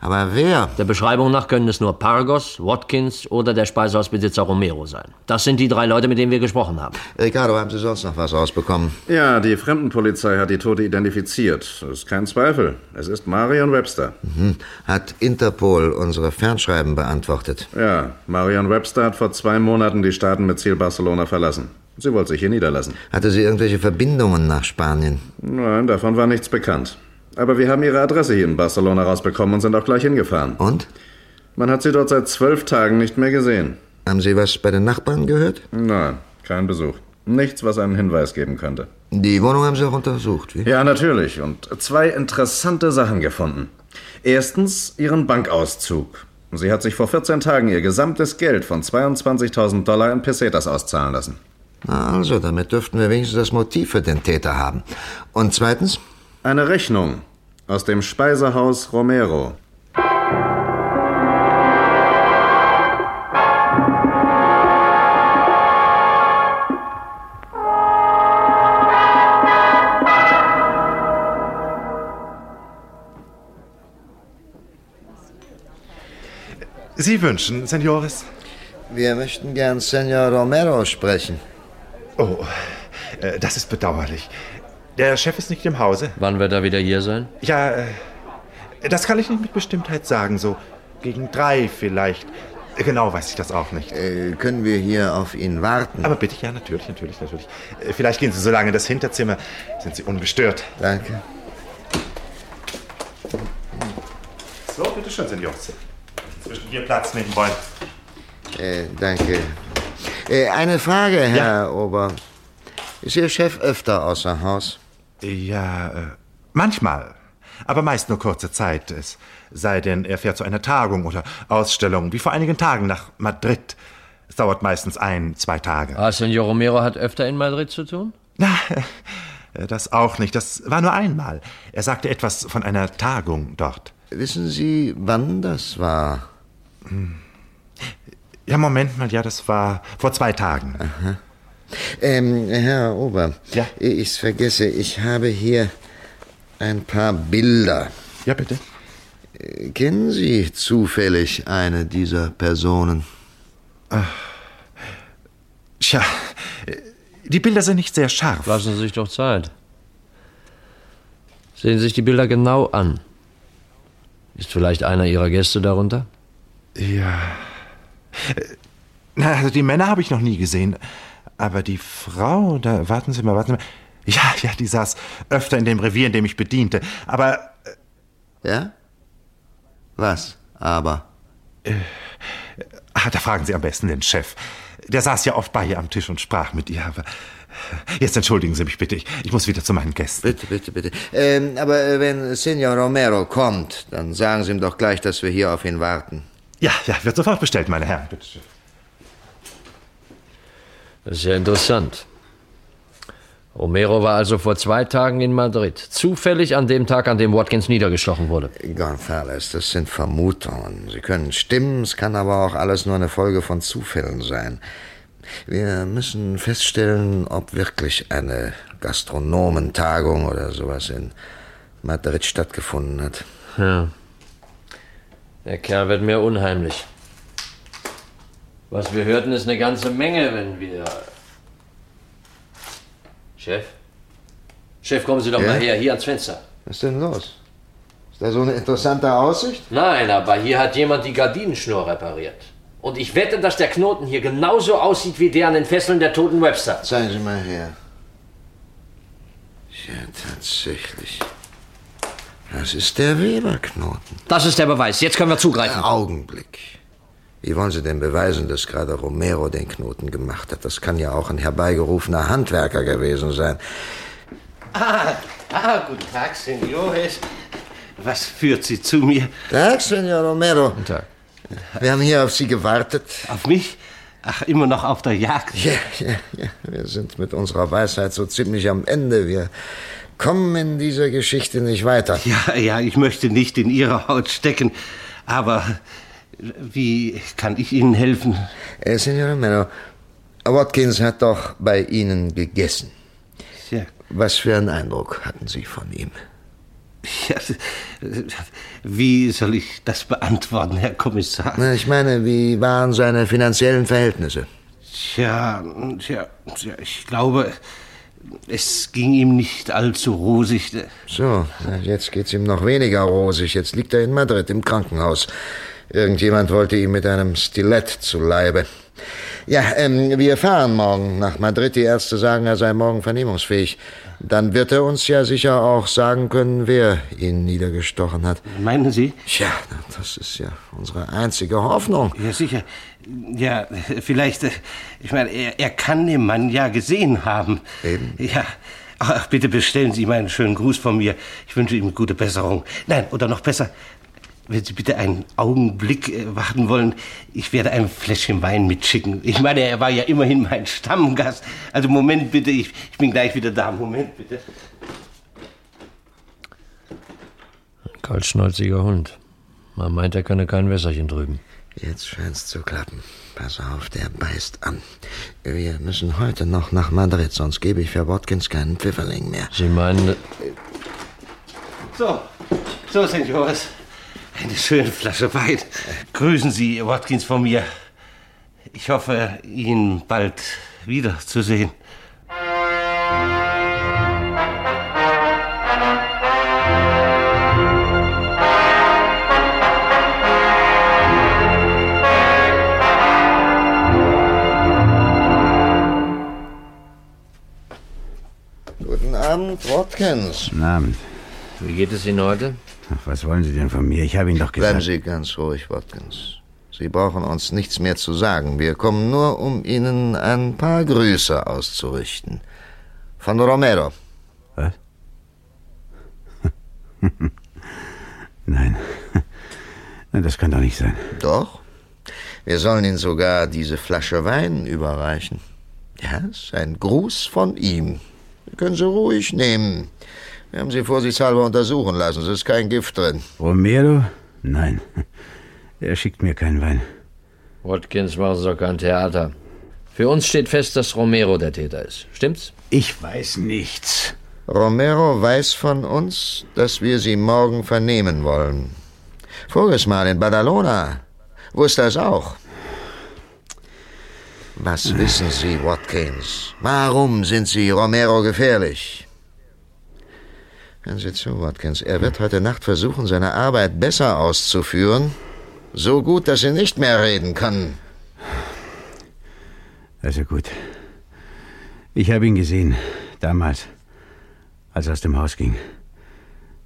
Aber wer? Der Beschreibung nach können es nur Pargos, Watkins oder der Speisehausbesitzer Romero sein. Das sind die drei Leute, mit denen wir gesprochen haben. Ricardo, haben Sie sonst noch was rausbekommen? Ja, die Fremdenpolizei hat die Tote identifiziert. Ist kein Zweifel. Es ist Marion Webster. Mhm. Hat Interpol unsere Fernschreiben beantwortet? Ja, Marion Webster hat vor zwei Monaten die Staaten mit Ziel Barcelona verlassen. Sie wollte sich hier niederlassen. Hatte sie irgendwelche Verbindungen nach Spanien? Nein, davon war nichts bekannt. Aber wir haben ihre Adresse hier in Barcelona rausbekommen und sind auch gleich hingefahren. Und? Man hat sie dort seit zwölf Tagen nicht mehr gesehen. Haben Sie was bei den Nachbarn gehört? Nein, kein Besuch. Nichts, was einen Hinweis geben könnte. Die Wohnung haben Sie auch untersucht, wie? Ja, natürlich. Und zwei interessante Sachen gefunden. Erstens ihren Bankauszug. Sie hat sich vor 14 Tagen ihr gesamtes Geld von 22.000 Dollar in Pesetas auszahlen lassen. Na also, damit dürften wir wenigstens das Motiv für den Täter haben. Und zweitens? Eine Rechnung aus dem Speisehaus Romero. Sie wünschen, Senores? Wir möchten gern Senor Romero sprechen. Oh, äh, das ist bedauerlich. Der Chef ist nicht im Hause. Wann wird er wieder hier sein? Ja, äh, das kann ich nicht mit Bestimmtheit sagen. So gegen drei vielleicht. Genau weiß ich das auch nicht. Äh, können wir hier auf ihn warten? Aber bitte, ja, natürlich, natürlich, natürlich. Äh, Vielleicht gehen Sie so lange in das Hinterzimmer. Sind Sie ungestört. Danke. So, bitte schön, Seniors. Zwischen hier Platz nehmen wollen. Äh, danke. Äh, eine Frage, Herr Ober. Ist Ihr Chef äh, öfter außer Haus? Ja, äh, manchmal. Aber meist nur kurze Zeit. Es sei denn, er fährt zu einer Tagung oder Ausstellung, wie vor einigen Tagen nach Madrid. Es dauert meistens ein, zwei Tage. Ah, Senor Romero hat öfter in Madrid zu tun? Äh, Das auch nicht. Das war nur einmal. Er sagte etwas von einer Tagung dort. Wissen Sie, wann das war? Hm. Ja, Moment mal. Ja, das war vor zwei Tagen. Ähm, Herr Ober, ja? ich vergesse, ich habe hier ein paar Bilder. Äh, Ja, bitte. Kennen Sie zufällig eine dieser Personen? Tja, die Bilder sind nicht sehr scharf. Lassen Sie sich doch Zeit. Sehen Sie sich die Bilder genau an. Ist vielleicht einer Ihrer Gäste darunter? Ja. Na, also die Männer habe ich noch nie gesehen. Aber die Frau, da warten Sie mal, warten Sie mal. Ja, ja, die saß öfter in dem Revier, in dem ich bediente. Aber äh, Ja? Was? Aber. Äh, Ah, da fragen Sie am besten den Chef. Der saß ja oft bei ihr am Tisch und sprach mit ihr, aber. äh, Jetzt entschuldigen Sie mich bitte. Ich, ich muss wieder zu meinen Gästen. Bitte, bitte, bitte. Ähm, aber äh, wenn Senor Romero kommt, dann sagen Sie ihm doch gleich, dass wir hier auf ihn warten. Ja, ja, wird sofort bestellt, meine Herren. Bitte schön. Das ist ja interessant. Romero war also vor zwei Tagen in Madrid. Zufällig an dem Tag, an dem Watkins niedergestochen wurde. Gonzales, das sind Vermutungen. Sie können stimmen, es kann aber auch alles nur eine Folge von Zufällen sein. Wir müssen feststellen, ob wirklich eine Gastronomentagung oder sowas in Madrid stattgefunden hat. Ja. Der Kerl wird mir unheimlich. Was wir hörten, ist eine ganze Menge, wenn wir. Chef? Chef, kommen Sie doch Ja? mal her, hier ans Fenster. Was ist denn los? Ist da so eine interessante Aussicht? Nein, aber hier hat jemand die Gardinenschnur repariert. Und ich wette, dass der Knoten hier genauso aussieht wie der an den Fesseln der toten Webster. Zeigen Sie mal her. Ja, tatsächlich. Das ist der Weberknoten. Das ist der Beweis. Jetzt können wir zugreifen. Augenblick. Wie wollen Sie denn beweisen, dass gerade Romero den Knoten gemacht hat? Das kann ja auch ein herbeigerufener Handwerker gewesen sein. Ah, ah, guten Tag, Senores. Was führt Sie zu mir? Tag, Senor Romero. Guten Tag. Wir haben hier auf Sie gewartet. Auf mich? Ach, immer noch auf der Jagd. Ja, ja, ja. Wir sind mit unserer Weisheit so ziemlich am Ende. Wir kommen in dieser Geschichte nicht weiter. Ja, ja, ich möchte nicht in Ihre Haut stecken, aber wie kann ich Ihnen helfen? Äh, Senor Romero, Watkins hat doch bei Ihnen gegessen. Ja. Was für einen Eindruck hatten Sie von ihm? Ja, wie soll ich das beantworten, Herr Kommissar? Na, Ich meine, wie waren seine finanziellen Verhältnisse? Tja, tja, tja, ich glaube, es ging ihm nicht allzu rosig. So, na, jetzt geht's ihm noch weniger rosig. Jetzt liegt er in Madrid im Krankenhaus. Irgendjemand wollte ihm mit einem Stilett zu Leibe. Ja, ähm, wir fahren morgen nach Madrid. Die Ärzte sagen, er sei morgen vernehmungsfähig. Dann wird er uns ja sicher auch sagen können, wer ihn niedergestochen hat. Meinen Sie? Tja, na, das ist ja unsere einzige Hoffnung. Ja, sicher. Ja, vielleicht, äh, ich meine, er, er kann den Mann ja gesehen haben. Eben. Ja. Ach, bitte bestellen Sie ihm einen schönen Gruß von mir. Ich wünsche ihm gute Besserung. Nein, oder noch besser, wenn Sie bitte einen Augenblick äh, warten wollen, ich werde ein Fläschchen Wein mitschicken. Ich meine, er war ja immerhin mein Stammgast. Also Moment bitte, ich, ich bin gleich wieder da. Moment bitte. Kaltschnäuziger Hund. Man meint, er könne kein Wässerchen drüben. Jetzt scheint's zu klappen. Pass auf, der beißt an. Wir müssen heute noch nach Madrid, sonst gebe ich für Watkins keinen Pfifferling mehr. Sie meinen... äh, So, so, Senores. Eine schöne Flasche Wein. Grüßen Sie Watkins von mir. Ich hoffe, ihn bald wiederzusehen. Guten Abend, Watkins. Guten Abend. Wie geht es Ihnen heute? Ach, was wollen Sie denn von mir? Ich habe Ihnen doch gesagt. Bleiben Sie ganz ruhig, Watkins. Sie brauchen uns nichts mehr zu sagen. Wir kommen nur, um Ihnen ein paar Grüße auszurichten. Von Romero. Nein. Na, Das kann doch nicht sein. Doch. Wir sollen Ihnen sogar diese Flasche Wein überreichen. Ja, es ist ein Gruß von ihm. Sie können sie ruhig nehmen. Wir haben sie vorsichtshalber untersuchen lassen. Es ist kein Gift drin. Romero? Nein. Er schickt mir keinen Wein. Watkins, machen Sie doch kein Theater. Für uns steht fest, dass Romero der Täter ist. Stimmt's? Ich weiß nichts. Romero weiß von uns, dass wir sie morgen vernehmen wollen. Voriges Mal in Badalona wusste er es auch. Was wissen Sie, Watkins? Warum sind Sie Romero gefährlich? Hören Sie zu, Watkins. Er wird heute Nacht versuchen, seine Arbeit besser auszuführen. So gut, dass Sie nicht mehr reden können. Also gut. Ich habe ihn gesehen. Damals. Als er aus dem Haus ging.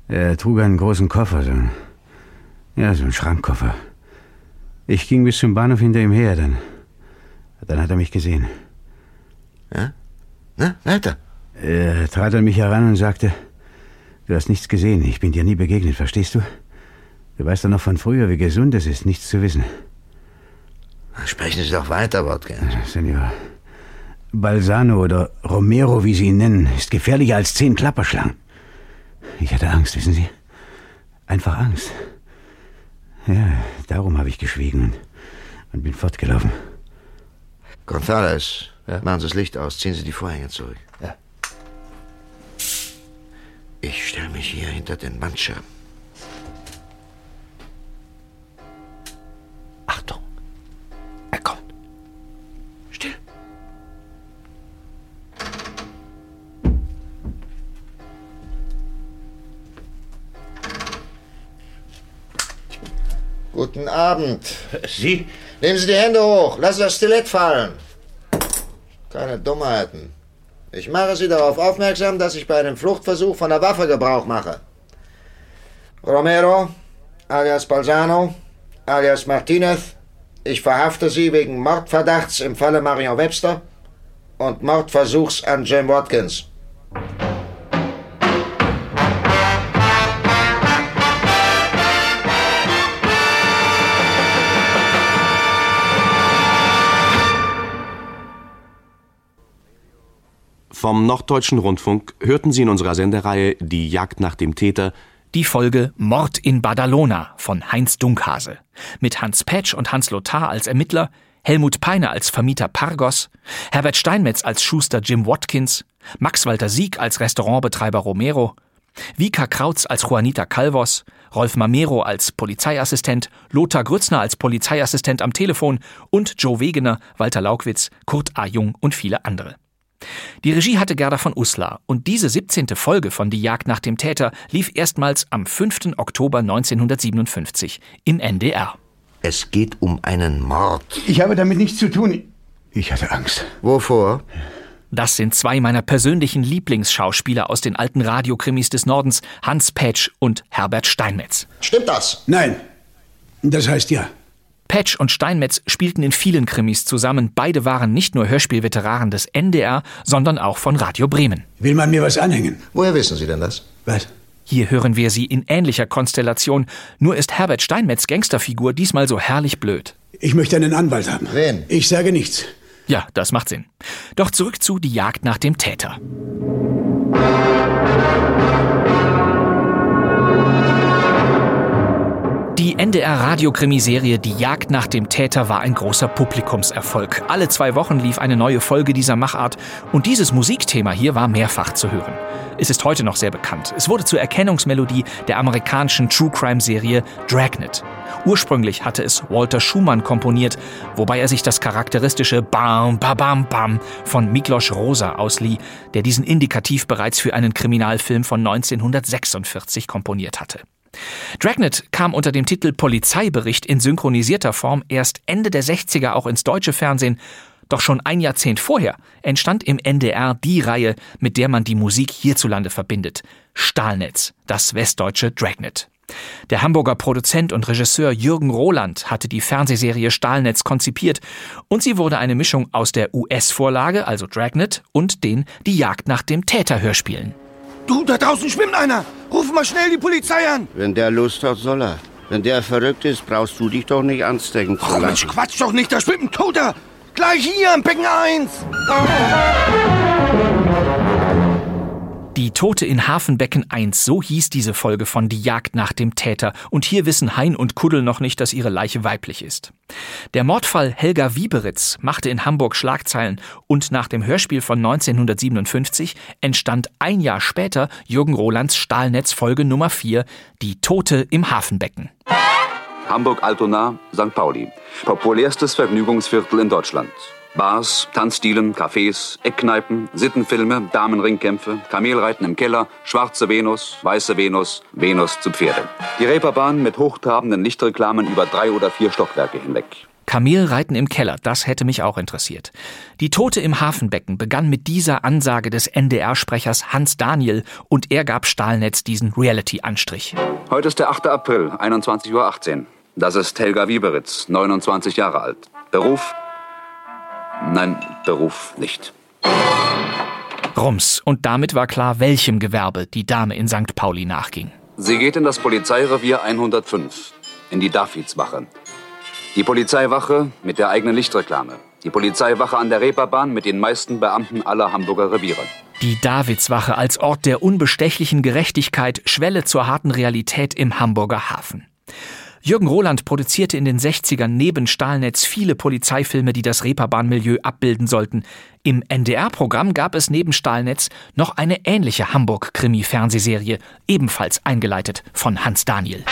Er trug einen großen Koffer, so ein, ja, so ein Schrankkoffer. Ich ging bis zum Bahnhof hinter ihm her, dann, dann hat er mich gesehen. Ja? Na, weiter. Er trat an mich heran und sagte, du hast nichts gesehen, ich bin dir nie begegnet, verstehst du? Du weißt doch noch von früher, wie gesund es ist, nichts zu wissen. Sprechen Sie doch weiter, Watkins. Senor, Balsano oder Romero, wie Sie ihn nennen, ist gefährlicher als zehn Klapperschlangen. Ich hatte Angst, wissen Sie? Einfach Angst. Ja, darum habe ich geschwiegen und, und bin fortgelaufen. Gonzales, machen Sie das Licht aus, ziehen Sie die Vorhänge zurück. Ja. Ich stelle mich hier hinter den Wandschirm. Guten Abend. Sie? Nehmen Sie die Hände hoch. Lassen Sie das Stilett fallen. Keine Dummheiten. Ich mache Sie darauf aufmerksam, dass ich bei einem Fluchtversuch von der Waffe Gebrauch mache. Romero, alias Balsano, alias Martinez, ich verhafte Sie wegen Mordverdachts im Falle Marion Webster und Mordversuchs an Jim Watkins. Vom Norddeutschen Rundfunk hörten Sie in unserer Sendereihe Die Jagd nach dem Täter Die Folge Mord in Badalona von Heinz Dunkhase. Mit Hans Petsch und Hans Lothar als Ermittler, Helmut Peiner als Vermieter Pargos, Herbert Steinmetz als Schuster Jim Watkins, Max Walter Sieg als Restaurantbetreiber Romero, Vika Krautz als Juanita Calvos, Rolf Mamero als Polizeiassistent, Lothar Grützner als Polizeiassistent am Telefon und Joe Wegener, Walter Laukwitz, Kurt A. Jung und viele andere. Die Regie hatte Gerda von Uslar und diese 17. Folge von Die Jagd nach dem Täter lief erstmals am 5. Oktober 1957 im NDR. Es geht um einen Mord. Ich habe damit nichts zu tun. Ich hatte Angst. Wovor? Das sind zwei meiner persönlichen Lieblingsschauspieler aus den alten Radiokrimis des Nordens, Hans Petsch und Herbert Steinmetz. Stimmt das? Nein. Das heißt ja. Patch und Steinmetz spielten in vielen Krimis zusammen. Beide waren nicht nur Hörspielveteranen des NDR, sondern auch von Radio Bremen. Will man mir was anhängen? Woher wissen Sie denn das? Was? Hier hören wir sie in ähnlicher Konstellation, nur ist Herbert Steinmetz Gangsterfigur diesmal so herrlich blöd. Ich möchte einen Anwalt haben. Wen? Ich sage nichts. Ja, das macht Sinn. Doch zurück zu Die Jagd nach dem Täter. Die NDR-Radio-Krimiserie Die Jagd nach dem Täter war ein großer Publikumserfolg. Alle zwei Wochen lief eine neue Folge dieser Machart und dieses Musikthema hier war mehrfach zu hören. Es ist heute noch sehr bekannt. Es wurde zur Erkennungsmelodie der amerikanischen True-Crime-Serie Dragnet. Ursprünglich hatte es Walter Schumann komponiert, wobei er sich das charakteristische Bam, Ba Bam, Bam von Miklos Rosa auslieh, der diesen Indikativ bereits für einen Kriminalfilm von 1946 komponiert hatte. Dragnet kam unter dem Titel Polizeibericht in synchronisierter Form erst Ende der 60er auch ins deutsche Fernsehen. Doch schon ein Jahrzehnt vorher entstand im NDR die Reihe, mit der man die Musik hierzulande verbindet. Stahlnetz, das westdeutsche Dragnet. Der Hamburger Produzent und Regisseur Jürgen Roland hatte die Fernsehserie Stahlnetz konzipiert und sie wurde eine Mischung aus der US-Vorlage, also Dragnet, und den Die Jagd nach dem Täter Hörspielen. Du, da draußen schwimmt einer. Ruf mal schnell die Polizei an. Wenn der Lust hat, soll er. Wenn der verrückt ist, brauchst du dich doch nicht anstecken zu Oh, Mensch, lassen. quatsch doch nicht, da schwimmt ein Toter. Gleich hier am Becken 1. Die Tote in Hafenbecken 1, so hieß diese Folge von Die Jagd nach dem Täter. Und hier wissen Hein und Kuddel noch nicht, dass ihre Leiche weiblich ist. Der Mordfall Helga Wieberitz machte in Hamburg Schlagzeilen und nach dem Hörspiel von 1957 entstand ein Jahr später Jürgen Rolands Stahlnetz Folge Nummer 4, Die Tote im Hafenbecken. Hamburg-Altona, St. Pauli. Populärstes Vergnügungsviertel in Deutschland. Bars, Tanzstilen, Cafés, Eckkneipen, Sittenfilme, Damenringkämpfe, Kamelreiten im Keller, schwarze Venus, weiße Venus, Venus zu Pferde. Die Reeperbahn mit hochtrabenden Lichtreklamen über drei oder vier Stockwerke hinweg. Kamelreiten im Keller, das hätte mich auch interessiert. Die Tote im Hafenbecken begann mit dieser Ansage des NDR-Sprechers Hans Daniel und er gab Stahlnetz diesen Reality-Anstrich. Heute ist der 8. April, 21.18 Uhr. Das ist Helga Wieberitz, 29 Jahre alt. Beruf? Nein, Beruf nicht. Rums. Und damit war klar, welchem Gewerbe die Dame in St. Pauli nachging. Sie geht in das Polizeirevier 105, in die Davidswache. Die Polizeiwache mit der eigenen Lichtreklame. Die Polizeiwache an der Reeperbahn mit den meisten Beamten aller Hamburger Reviere. Die Davidswache als Ort der unbestechlichen Gerechtigkeit, Schwelle zur harten Realität im Hamburger Hafen. Jürgen Roland produzierte in den 60ern neben Stahlnetz viele Polizeifilme, die das Reeperbahn-Milieu abbilden sollten. Im NDR-Programm gab es neben Stahlnetz noch eine ähnliche Hamburg-Krimi-Fernsehserie, ebenfalls eingeleitet von Hans Daniel.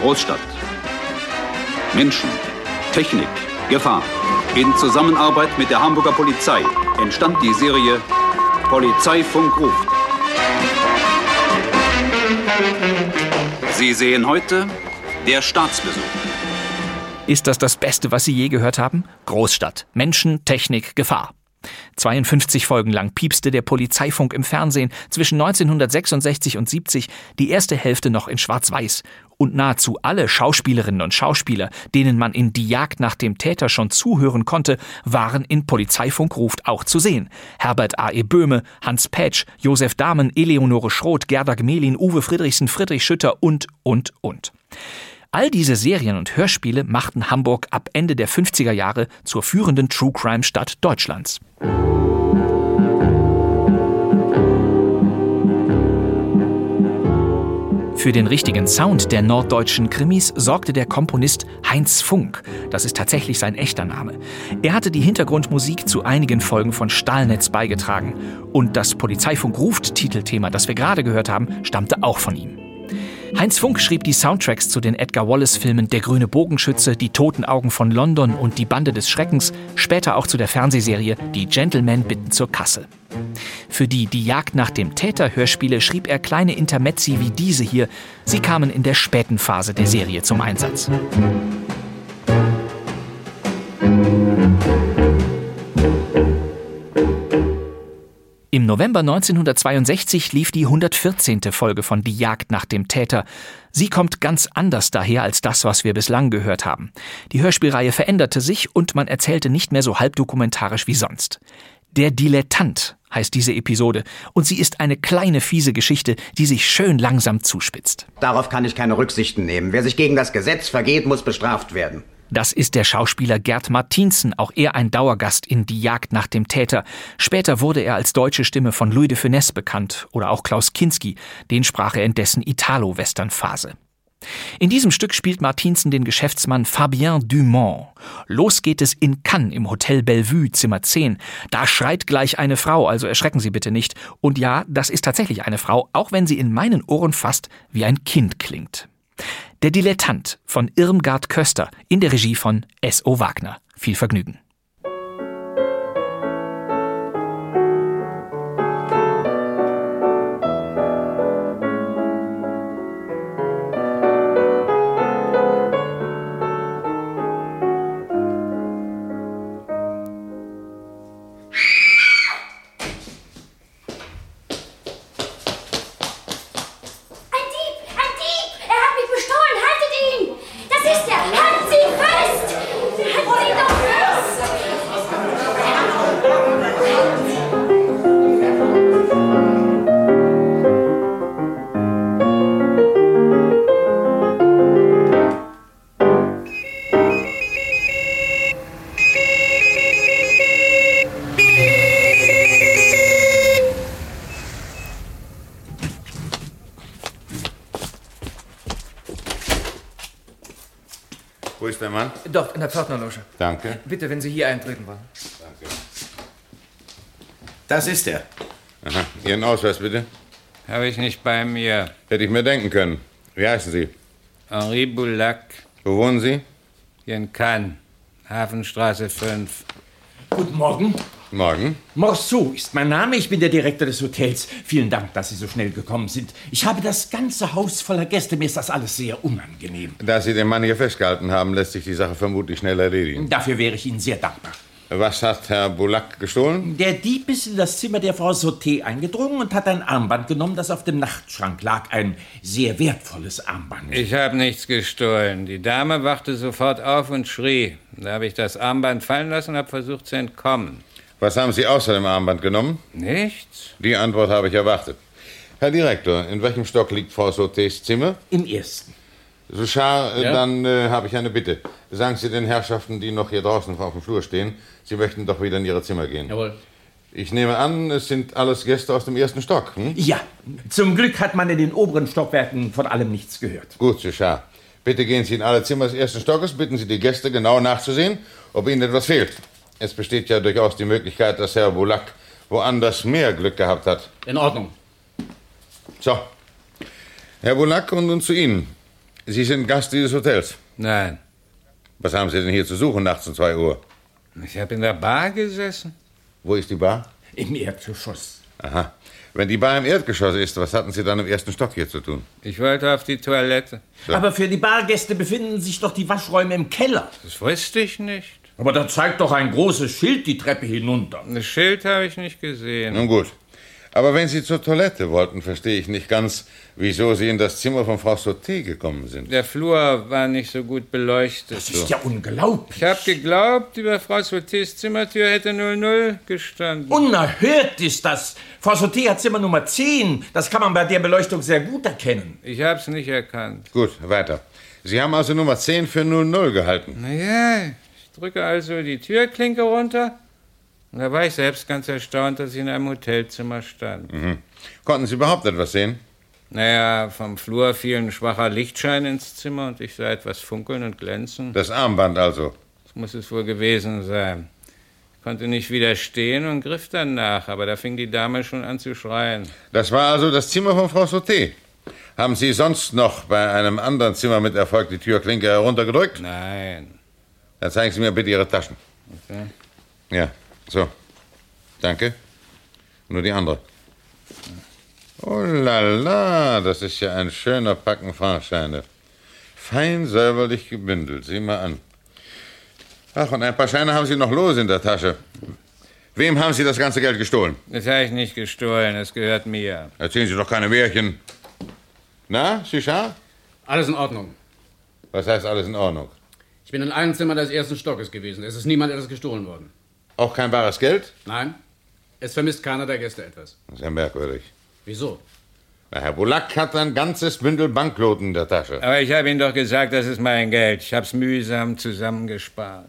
Großstadt. Menschen. Technik. Gefahr. In Zusammenarbeit mit der Hamburger Polizei entstand die Serie Polizeifunk ruft. Sie sehen heute der Staatsbesuch. Ist das das Beste, was Sie je gehört haben? Großstadt. Menschen, Technik, Gefahr. 52 Folgen lang piepste der Polizeifunk im Fernsehen zwischen 1966 und 70, die erste Hälfte noch in Schwarz-Weiß. Und nahezu alle Schauspielerinnen und Schauspieler, denen man in Die Jagd nach dem Täter schon zuhören konnte, waren in Polizeifunk ruft auch zu sehen. Herbert A. E. Böhme, Hans Pätsch, Josef Dahmen, Eleonore Schroth, Gerda Gmelin, Uwe Friedrichsen, Friedrich Schütter und, und, und. All diese Serien und Hörspiele machten Hamburg ab Ende der 50er Jahre zur führenden True Crime Stadt Deutschlands. Für den richtigen Sound der norddeutschen Krimis sorgte der Komponist Heinz Funk. Das ist tatsächlich sein echter Name. Er hatte die Hintergrundmusik zu einigen Folgen von Stahlnetz beigetragen. Und das Polizeifunk ruft Titelthema, das wir gerade gehört haben, stammte auch von ihm. Heinz Funk schrieb die Soundtracks zu den Edgar Wallace-Filmen Der grüne Bogenschütze, Die toten Augen von London und Die Bande des Schreckens, später auch zu der Fernsehserie Die Gentlemen bitten zur Kasse. Für die Die Jagd nach dem Täter Hörspiele schrieb er kleine Intermezzi wie diese hier. Sie kamen in der späten Phase der Serie zum Einsatz. Im November 1962 lief die 114. Folge von Die Jagd nach dem Täter. Sie kommt ganz anders daher als das, was wir bislang gehört haben. Die Hörspielreihe veränderte sich und man erzählte nicht mehr so halbdokumentarisch wie sonst. Der Dilettant heißt diese Episode und sie ist eine kleine fiese Geschichte, die sich schön langsam zuspitzt. Darauf kann ich keine Rücksichten nehmen. Wer sich gegen das Gesetz vergeht, muss bestraft werden. Das ist der Schauspieler Gerd Martinsen, auch er ein Dauergast in Die Jagd nach dem Täter. Später wurde er als deutsche Stimme von Louis de Funès bekannt oder auch Klaus Kinski, den sprach er in dessen Italo-Western-Phase. In diesem Stück spielt Martinsen den Geschäftsmann Fabien Dumont. Los geht es in Cannes im Hotel Bellevue, Zimmer 10. Da schreit gleich eine Frau, also erschrecken Sie bitte nicht. Und ja, das ist tatsächlich eine Frau, auch wenn sie in meinen Ohren fast wie ein Kind klingt. Der Dilettant von Irmgard Köster in der Regie von S.O. Wagner. Viel Vergnügen. Ein Dieb! Ein Dieb! Er hat mich bestohlen! Haltet ihn! Das ist er! Haltet sie fest! Haltet sie doch fest! Wo ist der Mann? Dort, in der Pförtnerloge. Danke. Bitte, wenn Sie hier eintreten wollen. Das ist er. Aha. Ihren Ausweis bitte. Habe ich nicht bei mir. Hätte ich mir denken können. Wie heißen Sie? Henri Boulac. Wo wohnen Sie? Hier in Cannes, Hafenstraße 5. Guten Morgen. Morgen. Morceau ist mein Name. Ich bin der Direktor des Hotels. Vielen Dank, dass Sie so schnell gekommen sind. Ich habe das ganze Haus voller Gäste. Mir ist das alles sehr unangenehm. Da Sie den Mann hier festgehalten haben, lässt sich die Sache vermutlich schnell erledigen. Dafür wäre ich Ihnen sehr dankbar. Was hat Herr Bulak gestohlen? Der Dieb ist in das Zimmer der Frau Sauté eingedrungen und hat ein Armband genommen, das auf dem Nachtschrank lag. Ein sehr wertvolles Armband. Ich habe nichts gestohlen. Die Dame wachte sofort auf und schrie. Da habe ich das Armband fallen lassen und habe versucht zu entkommen. Was haben Sie außer dem Armband genommen? Nichts. Die Antwort habe ich erwartet. Herr Direktor, in welchem Stock liegt Frau Sautés Zimmer? Im ersten. So schar, äh, Ja? dann äh, habe ich eine Bitte. Sagen Sie den Herrschaften, die noch hier draußen auf dem Flur stehen, Sie möchten doch wieder in Ihre Zimmer gehen. Jawohl. Ich nehme an, es sind alles Gäste aus dem ersten Stock. Hm? Ja, zum Glück hat man in den oberen Stockwerken von allem nichts gehört. Gut, Suchard. Bitte gehen Sie in alle Zimmer des ersten Stockes, bitten Sie die Gäste genau nachzusehen, ob Ihnen etwas fehlt. Es besteht ja durchaus die Möglichkeit, dass Herr Bulak woanders mehr Glück gehabt hat. In Ordnung. So. Herr Bulak und nun zu Ihnen. Sie sind Gast dieses Hotels. Nein. Was haben Sie denn hier zu suchen nachts um 2 Uhr? Ich habe in der Bar gesessen. Wo ist die Bar? Im Erdgeschoss. Aha. Wenn die Bar im Erdgeschoss ist, was hatten Sie dann im ersten Stock hier zu tun? Ich wollte auf die Toilette. So. Aber für die Bargäste befinden sich doch die Waschräume im Keller. Das wusste ich nicht. Aber da zeigt doch ein großes Schild die Treppe hinunter. Ein Schild habe ich nicht gesehen. Nun gut. Aber wenn Sie zur Toilette wollten, verstehe ich nicht ganz, wieso Sie in das Zimmer von Frau Sauté gekommen sind. Der Flur war nicht so gut beleuchtet. Das ist ja unglaublich. Ich habe geglaubt, über Frau Sautés Zimmertür hätte 00 gestanden. Unerhört ist das. Frau Sauté hat Zimmer Nummer 10. Das kann man bei der Beleuchtung sehr gut erkennen. Ich habe es nicht erkannt. Gut, weiter. Sie haben also Nummer 10 für 00 gehalten. Naja, ich drücke also die Türklinke runter. Und da war ich selbst ganz erstaunt, dass ich in einem Hotelzimmer stand. Mhm. Konnten Sie überhaupt etwas sehen? Naja, vom Flur fiel ein schwacher Lichtschein ins Zimmer und ich sah etwas funkeln und glänzen. Das Armband also. Das muss es wohl gewesen sein. Ich konnte nicht widerstehen und griff danach, aber da fing die Dame schon an zu schreien. Das war also das Zimmer von Frau Sauté. Haben Sie sonst noch bei einem anderen Zimmer mit Erfolg die Türklinke heruntergedrückt? Nein. Dann zeigen Sie mir bitte Ihre Taschen. Okay. Ja, so. Danke. Nur die andere. Oh la la, das ist ja ein schöner Packen Fahrscheine. Fein säuberlich gebündelt, sieh mal an. Ach, und ein paar Scheine haben Sie noch los in der Tasche. Wem haben Sie das ganze Geld gestohlen? Das habe ich nicht gestohlen, das gehört mir. Erzählen Sie doch keine Märchen. Na, Chichard? Alles in Ordnung. Was heißt alles in Ordnung? Ich bin in einem Zimmer des ersten Stockes gewesen. Es ist niemand etwas gestohlen worden. Auch kein bares Geld? Nein, es vermisst keiner der Gäste etwas. Das ist ja merkwürdig. Wieso? Na, Herr Bulak hat ein ganzes Bündel Banknoten in der Tasche. Aber ich habe Ihnen doch gesagt, das ist mein Geld. Ich habe es mühsam zusammengespart.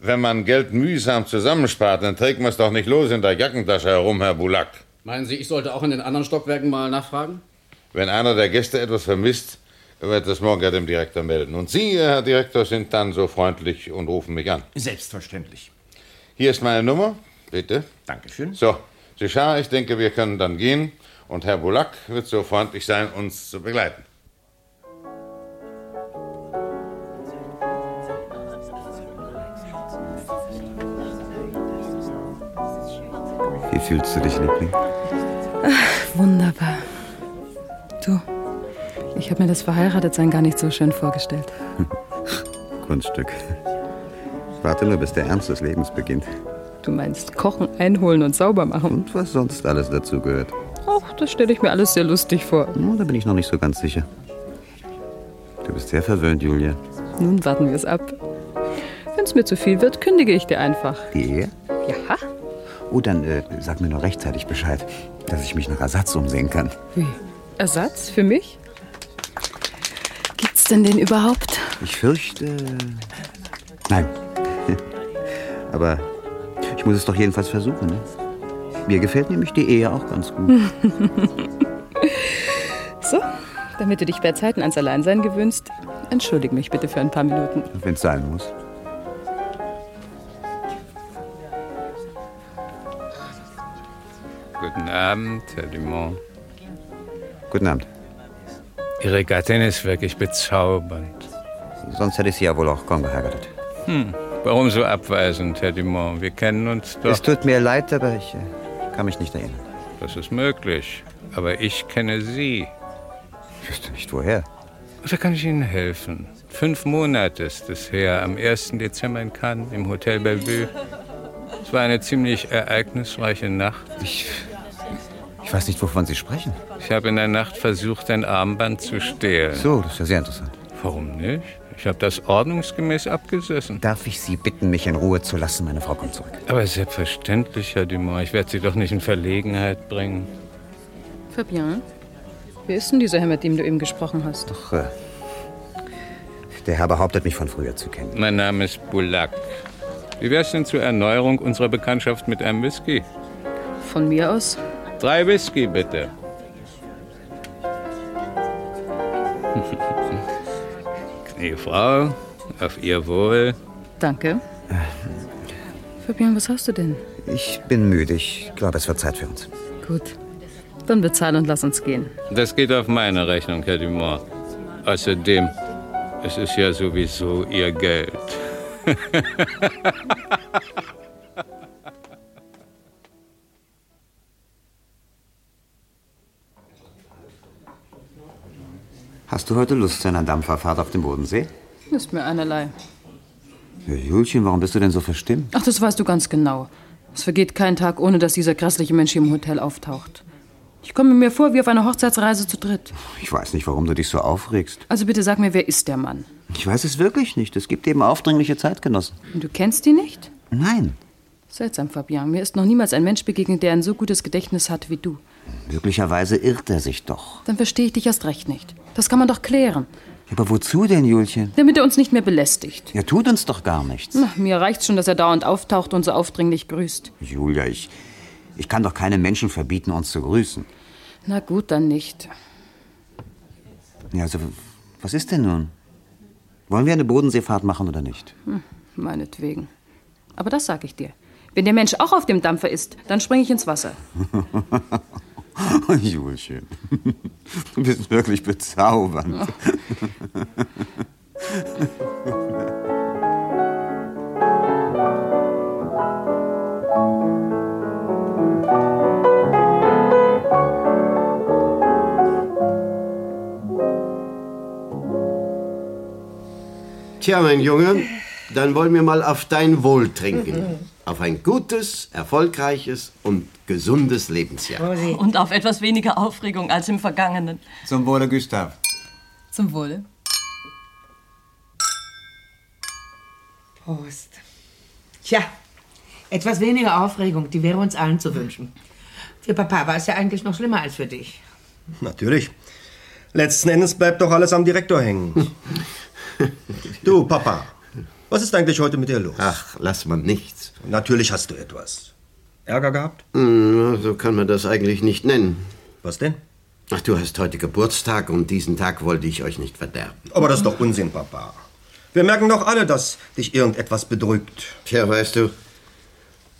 Wenn man Geld mühsam zusammenspart, dann trägt man es doch nicht los in der Jackentasche herum, Herr Bulak. Meinen Sie, ich sollte auch in den anderen Stockwerken mal nachfragen? Wenn einer der Gäste etwas vermisst, wird das morgen dem Direktor melden. Und Sie, Herr Direktor, sind dann so freundlich und rufen mich an. Selbstverständlich. Hier ist meine Nummer, bitte. Dankeschön. So, Sichar, ich denke, wir können dann gehen. Und Herr Bulak wird so freundlich sein, uns zu begleiten. Wie fühlst du dich, Liebling? Ach, wunderbar. Du, ich habe mir das Verheiratetsein gar nicht so schön vorgestellt. Kunststück. Warte nur, bis der Ernst des Lebens beginnt. Du meinst Kochen, Einholen und sauber machen. Und was sonst alles dazu gehört. Ach, das stelle ich mir alles sehr lustig vor. Hm, Da bin ich noch nicht so ganz sicher. Du bist sehr verwöhnt, Julia. Nun warten wir es ab. Wenn es mir zu viel wird, kündige ich dir einfach. Die Ehe? Ja? Oh, dann äh, sag mir nur rechtzeitig Bescheid, dass ich mich nach Ersatz umsehen kann. Wie? Ersatz für mich? Gibt's denn den überhaupt? Ich fürchte. Nein. Aber ich muss es doch jedenfalls versuchen. Ne? Mir gefällt nämlich die Ehe auch ganz Hm. gut. So, damit du dich bei Zeiten ans Alleinsein gewöhnst, entschuldige mich bitte für ein paar Minuten. Wenn es sein muss. Guten Abend, Herr Dumont. Guten Abend. Ihre Gattin ist wirklich bezaubernd. Sonst hätte ich sie ja wohl auch kaum geheiratet. Hm. Warum so abweisend, Herr Dumont? Wir kennen uns doch. Es tut mir leid, aber ich äh, kann mich nicht erinnern. Das ist möglich. Aber ich kenne Sie. Ich wüsste nicht woher. Da kann ich Ihnen helfen. Fünf Monate ist es her, am 1. Dezember in Cannes, im Hotel Bellevue. Es war eine ziemlich ereignisreiche Nacht. Ich, Ich weiß nicht, wovon Sie sprechen. ich habe in der Nacht versucht, ein Armband zu stehlen. So, das ist ja sehr interessant. Warum nicht? Ich habe das ordnungsgemäß abgesessen. Darf ich Sie bitten, mich in Ruhe zu lassen? Meine Frau kommt zurück. Aber selbstverständlich, Herr Dumont. Ich werde Sie doch nicht in Verlegenheit bringen. Fabien, wer ist denn dieser Herr, mit dem du eben gesprochen hast? Ach, äh, der Herr behauptet, mich von früher zu kennen. Mein Name ist Bulak. Wie wär's denn zur Erneuerung unserer Bekanntschaft mit einem Whisky? Von mir aus? Drei Whisky, bitte. Gnädige Frau, auf Ihr Wohl. Danke. Fabian, was hast du denn? Ich bin müde. Ich glaube, es wird Zeit für uns. Gut. Dann bezahl und lass uns gehen. Das geht auf meine Rechnung, Herr Dumont. Außerdem, es ist ja sowieso Ihr Geld. Hast du heute Lust zu einer Dampferfahrt auf dem Bodensee? Ist mir einerlei. Ja, Julchen, warum bist du denn so verstimmt? Ach, das weißt du ganz genau. Es vergeht kein Tag, ohne dass dieser grässliche Mensch hier im Hotel auftaucht. Ich komme mir vor wie auf einer Hochzeitsreise zu dritt. Ich weiß nicht, warum du dich so aufregst. Also bitte sag mir, wer ist der Mann? Ich weiß es wirklich nicht. Es gibt eben aufdringliche Zeitgenossen. Und du kennst ihn nicht? Nein. Seltsam, Fabian. Mir ist noch niemals ein Mensch begegnet, der ein so gutes Gedächtnis hat wie du. Möglicherweise irrt er sich doch. Dann verstehe ich dich erst recht nicht. Das kann man doch klären, Aber wozu denn, Julchen? damit er uns nicht mehr belästigt. Ja, tut uns doch gar nichts. Na, mir reicht's schon, dass er dauernd auftaucht und so aufdringlich grüßt. Julia, ich, ich kann doch keinem Menschen verbieten, uns zu grüßen. Na gut, dann nicht. Ja, also, was ist denn nun? Wollen wir eine Bodenseefahrt machen oder nicht? Hm, meinetwegen. Aber das sag ich dir. Wenn der Mensch auch auf dem Dampfer ist, dann springe ich ins Wasser. Julchen, du bist wirklich bezaubernd. Tja, mein Junge, dann wollen wir mal auf dein Wohl trinken. Auf ein gutes, erfolgreiches und gesundes Lebensjahr. Und auf etwas weniger Aufregung als im vergangenen. Zum Wohle, Gustav. Zum Wohle. Prost. Tja, etwas weniger Aufregung, die wäre uns allen zu wünschen. Für Papa war es ja eigentlich noch schlimmer als für dich. Natürlich. Letzten Endes bleibt doch alles am Direktor hängen. Du, Papa, was ist eigentlich heute mit dir los? Ach, lass mal nichts. Natürlich hast du etwas. Ärger gehabt? Hm, So kann man das eigentlich nicht nennen. Was denn? Ach, du hast heute Geburtstag und diesen Tag wollte ich euch nicht verderben. Aber das ist doch Unsinn, Papa. Wir merken doch alle, dass dich irgendetwas bedrückt. Tja, weißt du,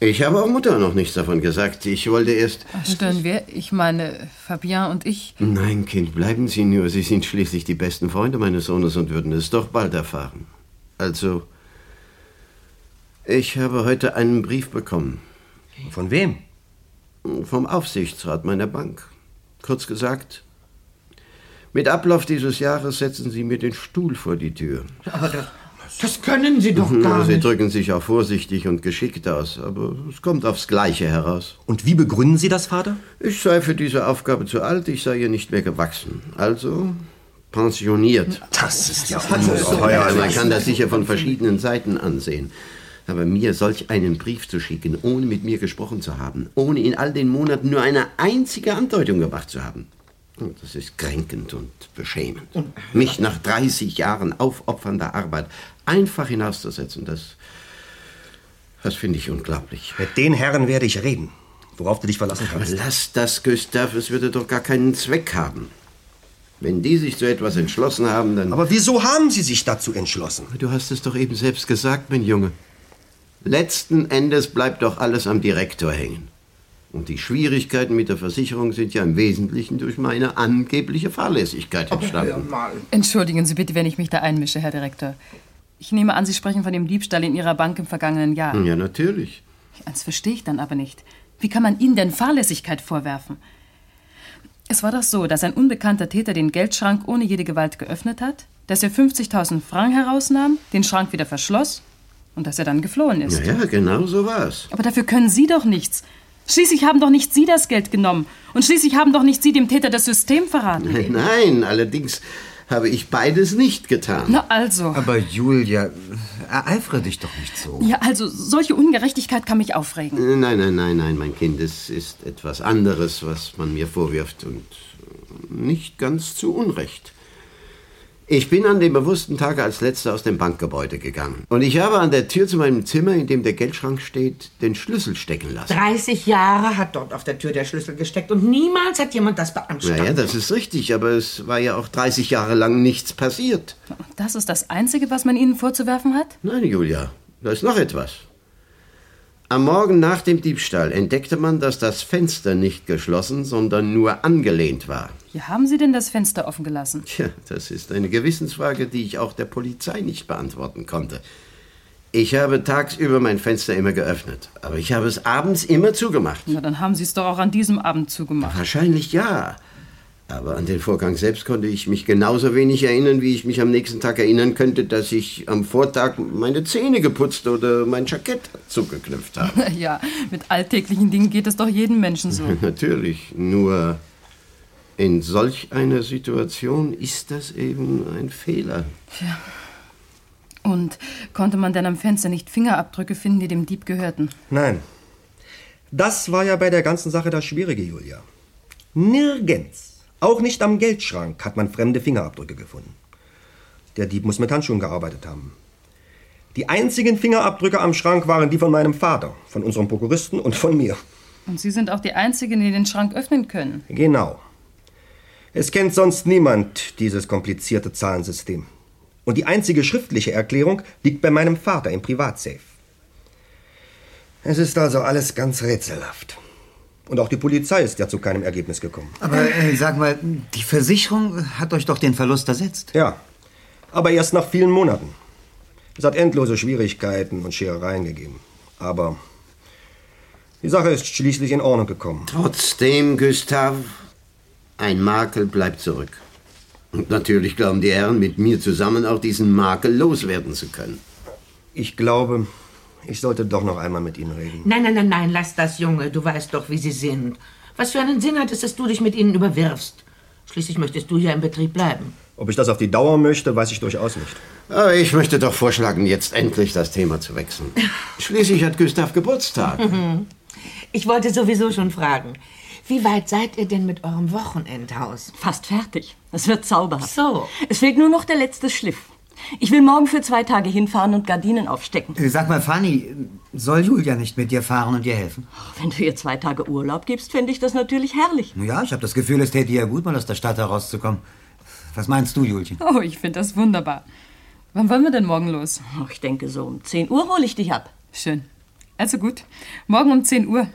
ich habe auch Mutter noch nichts davon gesagt. Ich wollte erst... Stören wir? Ich meine, Fabian und ich. Nein, Kind, bleiben Sie nur. Sie sind schließlich die besten Freunde meines Sohnes und würden es doch bald erfahren. Also, ich habe heute einen Brief bekommen. Von wem? Vom Aufsichtsrat meiner Bank. Kurz gesagt, mit Ablauf dieses Jahres setzen Sie mir den Stuhl vor die Tür. Aber das, das können Sie doch Mhm, gar Sie nicht. drücken sich auch vorsichtig und geschickt aus, aber es kommt aufs Gleiche heraus. Und wie begründen Sie das, Vater? Ich sei für diese Aufgabe zu alt, ich sei ihr nicht mehr gewachsen. Also pensioniert. Das ist ja Ungeheuer, man kann das sicher von verschiedenen Seiten ansehen. Aber mir solch einen Brief zu schicken, ohne mit mir gesprochen zu haben, ohne in all den Monaten nur eine einzige Andeutung gemacht zu haben, oh, das ist kränkend und beschämend. Mich nach 30 Jahren aufopfernder Arbeit einfach hinauszusetzen, das, das finde ich unglaublich. Mit den Herren werde ich reden, worauf du dich verlassen Aber kannst. lass das, Gustav, es würde doch gar keinen Zweck haben. Wenn die sich zu etwas entschlossen haben, dann... Aber wieso haben Sie sich dazu entschlossen? Du hast es doch eben selbst gesagt, mein Junge. Letzten Endes bleibt doch alles am Direktor hängen. Und die Schwierigkeiten mit der Versicherung sind ja im Wesentlichen durch meine angebliche Fahrlässigkeit entstanden. Entschuldigen Sie bitte, wenn ich mich da einmische, Herr Direktor. Ich nehme an, Sie sprechen von dem Diebstahl in Ihrer Bank im vergangenen Jahr. Ja, ne. natürlich. Das verstehe ich dann aber nicht. Wie kann man Ihnen denn Fahrlässigkeit vorwerfen? Es war doch so, dass ein unbekannter Täter den Geldschrank ohne jede Gewalt geöffnet hat, dass er 50.000 Franc herausnahm, den Schrank wieder verschloss und dass er dann geflohen ist. Ja, ja, genau so war's. Aber dafür können Sie doch nichts. Schließlich haben doch nicht Sie das Geld genommen. Und schließlich haben doch nicht Sie dem Täter das System verraten. Nein, nein, allerdings habe ich beides nicht getan. Na also. Aber Julia, ereifere dich doch nicht so. Ja, also solche Ungerechtigkeit kann mich aufregen. Äh, Nein, nein, nein, nein, mein Kind, es ist etwas anderes, was man mir vorwirft und nicht ganz zu Unrecht. Ich bin an dem bewussten Tag als letzter aus dem Bankgebäude gegangen. Und ich habe an der Tür zu meinem Zimmer, in dem der Geldschrank steht, den Schlüssel stecken lassen. 30 Jahre hat dort auf der Tür der Schlüssel gesteckt und niemals hat jemand das beanstandet. Naja, das ist richtig, aber es war ja auch 30 Jahre lang nichts passiert. Das ist das Einzige, was man Ihnen vorzuwerfen hat? Nein, Julia, da ist noch etwas. Am Morgen nach dem Diebstahl entdeckte man, dass das Fenster nicht geschlossen, sondern nur angelehnt war. Hier haben Sie denn das Fenster offen gelassen? Tja, das ist eine Gewissensfrage, die ich auch der Polizei nicht beantworten konnte. Ich habe tagsüber mein Fenster immer geöffnet, aber ich habe es abends immer zugemacht. Na, dann haben Sie es doch auch an diesem Abend zugemacht. Wahrscheinlich ja. Aber an den Vorgang selbst konnte ich mich genauso wenig erinnern, wie ich mich am nächsten Tag erinnern könnte, dass ich am Vortag meine Zähne geputzt oder mein Jackett zugeknüpft habe. Ja, mit alltäglichen Dingen geht es doch jedem Menschen so. Natürlich, nur in solch einer Situation ist das eben ein Fehler. Tja. Und konnte man denn am Fenster nicht Fingerabdrücke finden, die dem Dieb gehörten? Nein. Das war ja bei der ganzen Sache das Schwierige, Julia. Nirgends, auch nicht am Geldschrank, hat man fremde Fingerabdrücke gefunden. Der Dieb muss mit Handschuhen gearbeitet haben. Die einzigen Fingerabdrücke am Schrank waren die von meinem Vater, von unserem Prokuristen und von mir. Und Sie sind auch die Einzigen, die den Schrank öffnen können. Genau. Es kennt sonst niemand dieses komplizierte Zahlensystem. Und die einzige schriftliche Erklärung liegt bei meinem Vater im Privatsafe. Es ist also alles ganz rätselhaft. Und auch die Polizei ist ja zu keinem Ergebnis gekommen. Aber äh, sag mal, die Versicherung hat euch doch den Verlust ersetzt. Ja, aber erst nach vielen Monaten. Es hat endlose Schwierigkeiten und Scherereien gegeben. Aber die Sache ist schließlich in Ordnung gekommen. Trotzdem, Gustav, ein Makel bleibt zurück. Und natürlich glauben die Herren mit mir zusammen auch diesen Makel loswerden zu können. Ich glaube, ich sollte doch noch einmal mit Ihnen reden. Nein, nein, nein, nein, lass das, Junge. Du weißt doch, wie sie sind. Was für einen Sinn hat es, dass du dich mit ihnen überwirfst? Schließlich möchtest du ja im Betrieb bleiben. Ob ich das auf die Dauer möchte, weiß ich durchaus nicht. Aber ich möchte doch vorschlagen, jetzt endlich das Thema zu wechseln. Schließlich hat Gustav Geburtstag. Mhm. Ich wollte sowieso schon fragen. Wie weit seid ihr denn mit eurem Wochenendhaus? Fast fertig. Es wird zauberhaft. So. Es fehlt nur noch der letzte Schliff. Ich will morgen für zwei Tage hinfahren und Gardinen aufstecken. Äh, Sag mal, Fanny, soll Julia nicht mit dir fahren und dir helfen? Wenn du ihr zwei Tage Urlaub gibst, finde ich das natürlich herrlich. Ja, ich habe das Gefühl, es täte ihr gut, mal aus der Stadt herauszukommen. Was meinst du, Julchen? Oh, ich finde das wunderbar. Wann wollen wir denn morgen los? Oh, ich denke so um 10 Uhr hole ich dich ab. Schön. Also gut. Morgen um 10 Uhr.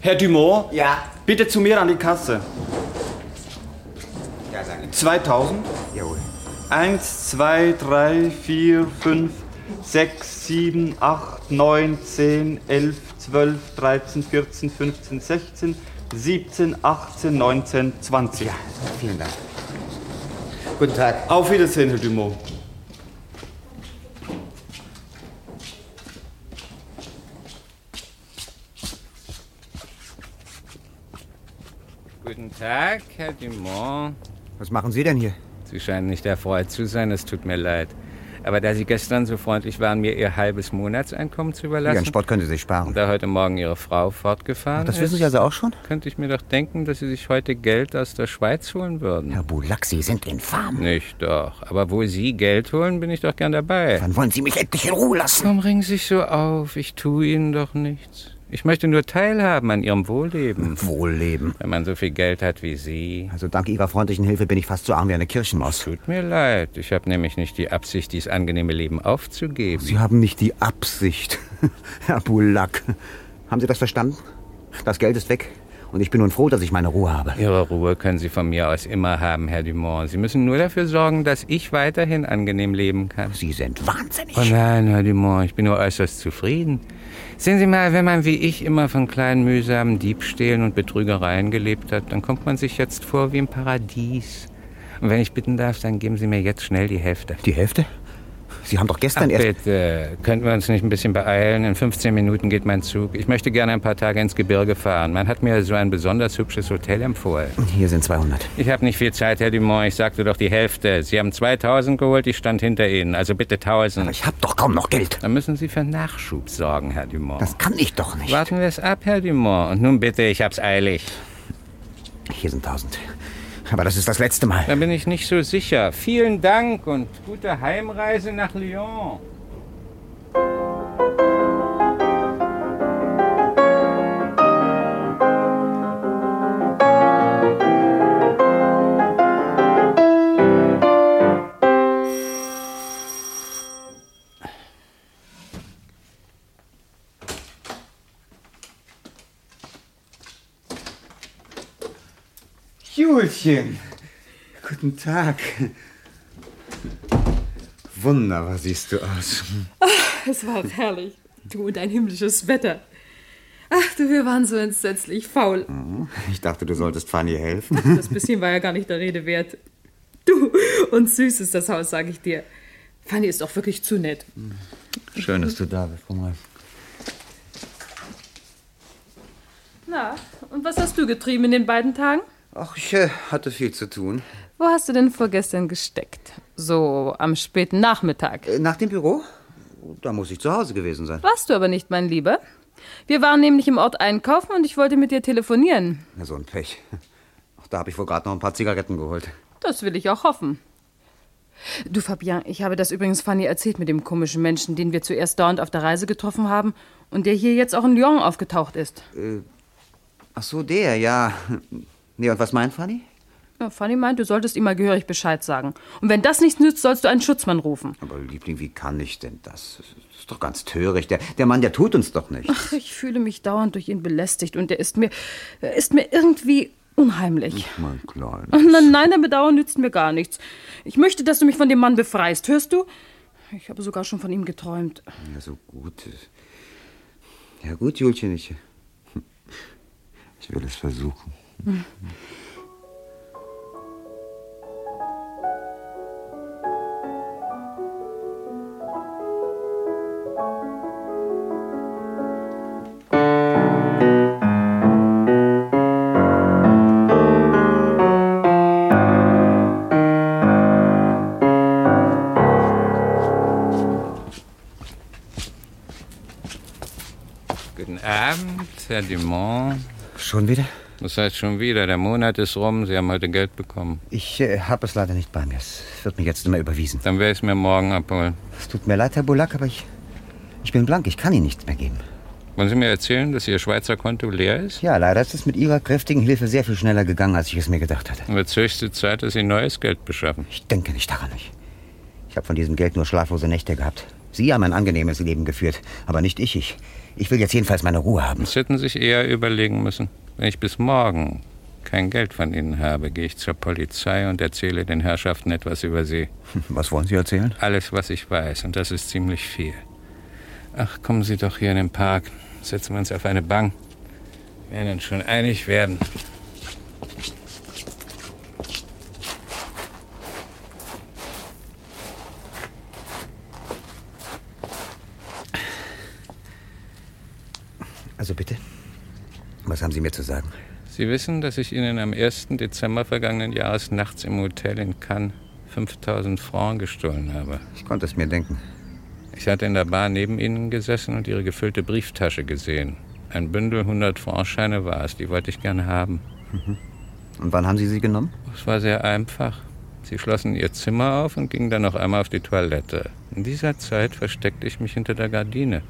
Herr Dumont? Ja. Bitte zu mir an die Kasse. Ja, sag 2000? Jawohl. 1, 2, 3, 4, 5, 6, 7, 8, 9, 10, 11, 12, 13, 14, 15, 16, 17, 18, 19, 20. Ja, vielen Dank. Guten Tag. Auf Wiedersehen, Herr Dumont. Guten Tag, Herr Dumont. Was machen Sie denn hier? Sie scheinen nicht erfreut zu sein, es tut mir leid. Aber da Sie gestern so freundlich waren, mir Ihr halbes Monatseinkommen zu Ihren überlassen, Sport können Sie sich sparen. und da heute Morgen Ihre Frau fortgefahren Ach, das ist, wissen Sie also auch schon? könnte ich mir doch denken, dass Sie sich heute Geld aus der Schweiz holen würden. Herr Bulak, Sie sind infam. Nicht doch. Aber wo Sie Geld holen, bin ich doch gern dabei. Wann wollen Sie mich endlich in Ruhe lassen? Warum ringen Sie sich so auf? Ich tue Ihnen doch nichts. Ich möchte nur teilhaben an Ihrem Wohlleben. Wohlleben? Wenn man so viel Geld hat wie Sie. Also dank Ihrer freundlichen Hilfe bin ich fast so arm wie eine Kirchenmaus. Tut mir leid, ich habe nämlich nicht die Absicht, dieses angenehme Leben aufzugeben. Sie haben nicht die Absicht, Herr Bulak. Haben Sie das verstanden? Das Geld ist weg und ich bin nun froh, dass ich meine Ruhe habe. Ihre Ruhe können Sie von mir aus immer haben, Herr Dumont. Sie müssen nur dafür sorgen, dass ich weiterhin angenehm leben kann. Sie sind wahnsinnig. Oh nein, Herr Dumont, ich bin nur äußerst zufrieden. Sehen Sie mal, wenn man wie ich immer von kleinen mühsamen Diebstählen und Betrügereien gelebt hat, dann kommt man sich jetzt vor wie im Paradies. Und wenn ich bitten darf, dann geben Sie mir jetzt schnell die Hälfte. Die Hälfte? Sie haben doch gestern Ach, erst... Bitte, könnten wir uns nicht ein bisschen beeilen? In 15 Minuten geht mein Zug. Ich möchte gerne ein paar Tage ins Gebirge fahren. Man hat mir so ein besonders hübsches Hotel empfohlen. Hier sind 200. Ich habe nicht viel Zeit, Herr Dumont. Ich sagte doch die Hälfte. Sie haben 2000 geholt, ich stand hinter Ihnen. Also bitte 1000. ich habe doch kaum noch Geld. Dann müssen Sie für Nachschub sorgen, Herr Dumont. Das kann ich doch nicht. Warten wir es ab, Herr Dumont. Und nun bitte, ich hab's eilig. Hier sind 1000. Aber das ist das letzte Mal. Da bin ich nicht so sicher. Vielen Dank und gute Heimreise nach Lyon. Julchen, guten Tag. Wunderbar siehst du aus. Ach, Ah, es war herrlich. Du und ein himmlisches Wetter. Ach du, wir waren so entsetzlich faul. Ich dachte, du solltest Fanny helfen. Das bisschen war ja gar nicht der Rede wert. Du, und süß ist das Haus, sag ich dir. Fanny ist auch wirklich zu nett. Schön, dass du da bist. Komm rein. Na, und was hast du getrieben in den beiden Tagen? Ach, ich äh, hatte viel zu tun. Wo hast du denn vorgestern gesteckt? So am späten Nachmittag. Äh, Nach dem Büro? Da muss ich zu Hause gewesen sein. Warst du aber nicht, mein Lieber. Wir waren nämlich im Ort einkaufen und ich wollte mit dir telefonieren. Na, so ein Pech. Ach, da habe ich wohl gerade noch ein paar Zigaretten geholt. Das will ich auch hoffen. Du, Fabian, ich habe das übrigens Fanny erzählt mit dem komischen Menschen, den wir zuerst dauernd auf der Reise getroffen haben und der hier jetzt auch in Lyon aufgetaucht ist. Äh, ach so, der, ja. Nee, und was meint Fanny? Ja, Fanny meint, du solltest ihm mal gehörig Bescheid sagen. Und wenn das nichts nützt, sollst du einen Schutzmann rufen. Aber Liebling, wie kann ich denn das? Das ist doch ganz töricht. Der, der Mann, der tut uns doch nicht. Ach, ich fühle mich dauernd durch ihn belästigt und er ist mir, er ist mir irgendwie unheimlich. Mein Kleiner. Oh, nein, nein, dein Bedauern nützt mir gar nichts. Ich möchte, dass du mich von dem Mann befreist, hörst du? Ich habe sogar schon von ihm geträumt. Ja, so gut. Ja, gut, Julchen, ich. Ich will es versuchen. Hm. Guten Abend, Herr Dumont. Schon wieder? Das heißt schon wieder, der Monat ist rum, Sie haben heute Geld bekommen. Ich äh, habe es leider nicht bei mir. Es wird mir jetzt immer überwiesen. Dann werde ich es mir morgen abholen. Es tut mir leid, Herr Bulak, aber ich. Ich bin blank. Ich kann Ihnen nichts mehr geben. Wollen Sie mir erzählen, dass Ihr Schweizer Konto leer ist? Ja, leider ist es mit Ihrer kräftigen Hilfe sehr viel schneller gegangen, als ich es mir gedacht hatte. Dann wird es höchste Zeit, dass Sie neues Geld beschaffen. Ich denke nicht daran. Ich, ich habe von diesem Geld nur schlaflose Nächte gehabt. Sie haben ein angenehmes Leben geführt, aber nicht ich. Ich, ich will jetzt jedenfalls meine Ruhe haben. Das hätten Sie sich eher überlegen müssen. Wenn ich bis morgen kein Geld von Ihnen habe, gehe ich zur Polizei und erzähle den Herrschaften etwas über Sie. Hm, Was wollen Sie erzählen? Alles, was ich weiß, und das ist ziemlich viel. Ach, kommen Sie doch hier in den Park. Setzen wir uns auf eine Bank. Wir werden uns schon einig werden. Also bitte. Was haben Sie mir zu sagen? Sie wissen, dass ich Ihnen am 1. Dezember vergangenen Jahres nachts im Hotel in Cannes 5000 Francs gestohlen habe. Ich konnte es mir denken. Ich hatte in der Bar neben Ihnen gesessen und Ihre gefüllte Brieftasche gesehen. Ein Bündel 100 Franc-Scheine war es, die wollte ich gern haben. Und wann haben Sie sie genommen? Es war sehr einfach. Sie schlossen Ihr Zimmer auf und gingen dann noch einmal auf die Toilette. In dieser Zeit versteckte ich mich hinter der Gardine.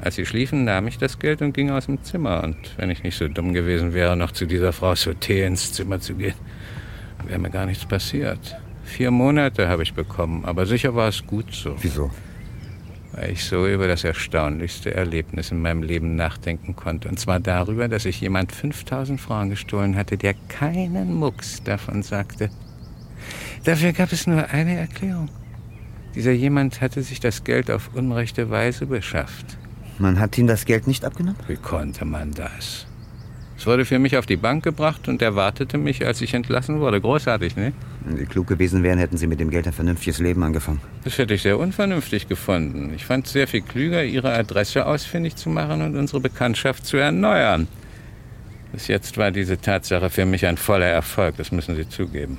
Als sie schliefen, nahm ich das Geld und ging aus dem Zimmer. Und wenn ich nicht so dumm gewesen wäre, noch zu dieser Frau Sauté ins Zimmer zu gehen, wäre mir gar nichts passiert. Vier Monate habe ich bekommen, aber sicher war es gut so. Wieso? Weil ich so über das erstaunlichste Erlebnis in meinem Leben nachdenken konnte. Und zwar darüber, dass ich jemand 5000 Franken gestohlen hatte, der keinen Mucks davon sagte. Dafür gab es nur eine Erklärung. Dieser jemand hatte sich das Geld auf unrechte Weise beschafft. Man hat ihm das Geld nicht abgenommen? Wie konnte man das? Es wurde für mich auf die Bank gebracht und erwartete mich, als ich entlassen wurde. Großartig, ne? Wenn Sie klug gewesen wären, hätten Sie mit dem Geld ein vernünftiges Leben angefangen. Das hätte ich sehr unvernünftig gefunden. Ich fand es sehr viel klüger, ihre Adresse ausfindig zu machen und unsere Bekanntschaft zu erneuern. Bis jetzt war diese Tatsache für mich ein voller Erfolg, das müssen Sie zugeben.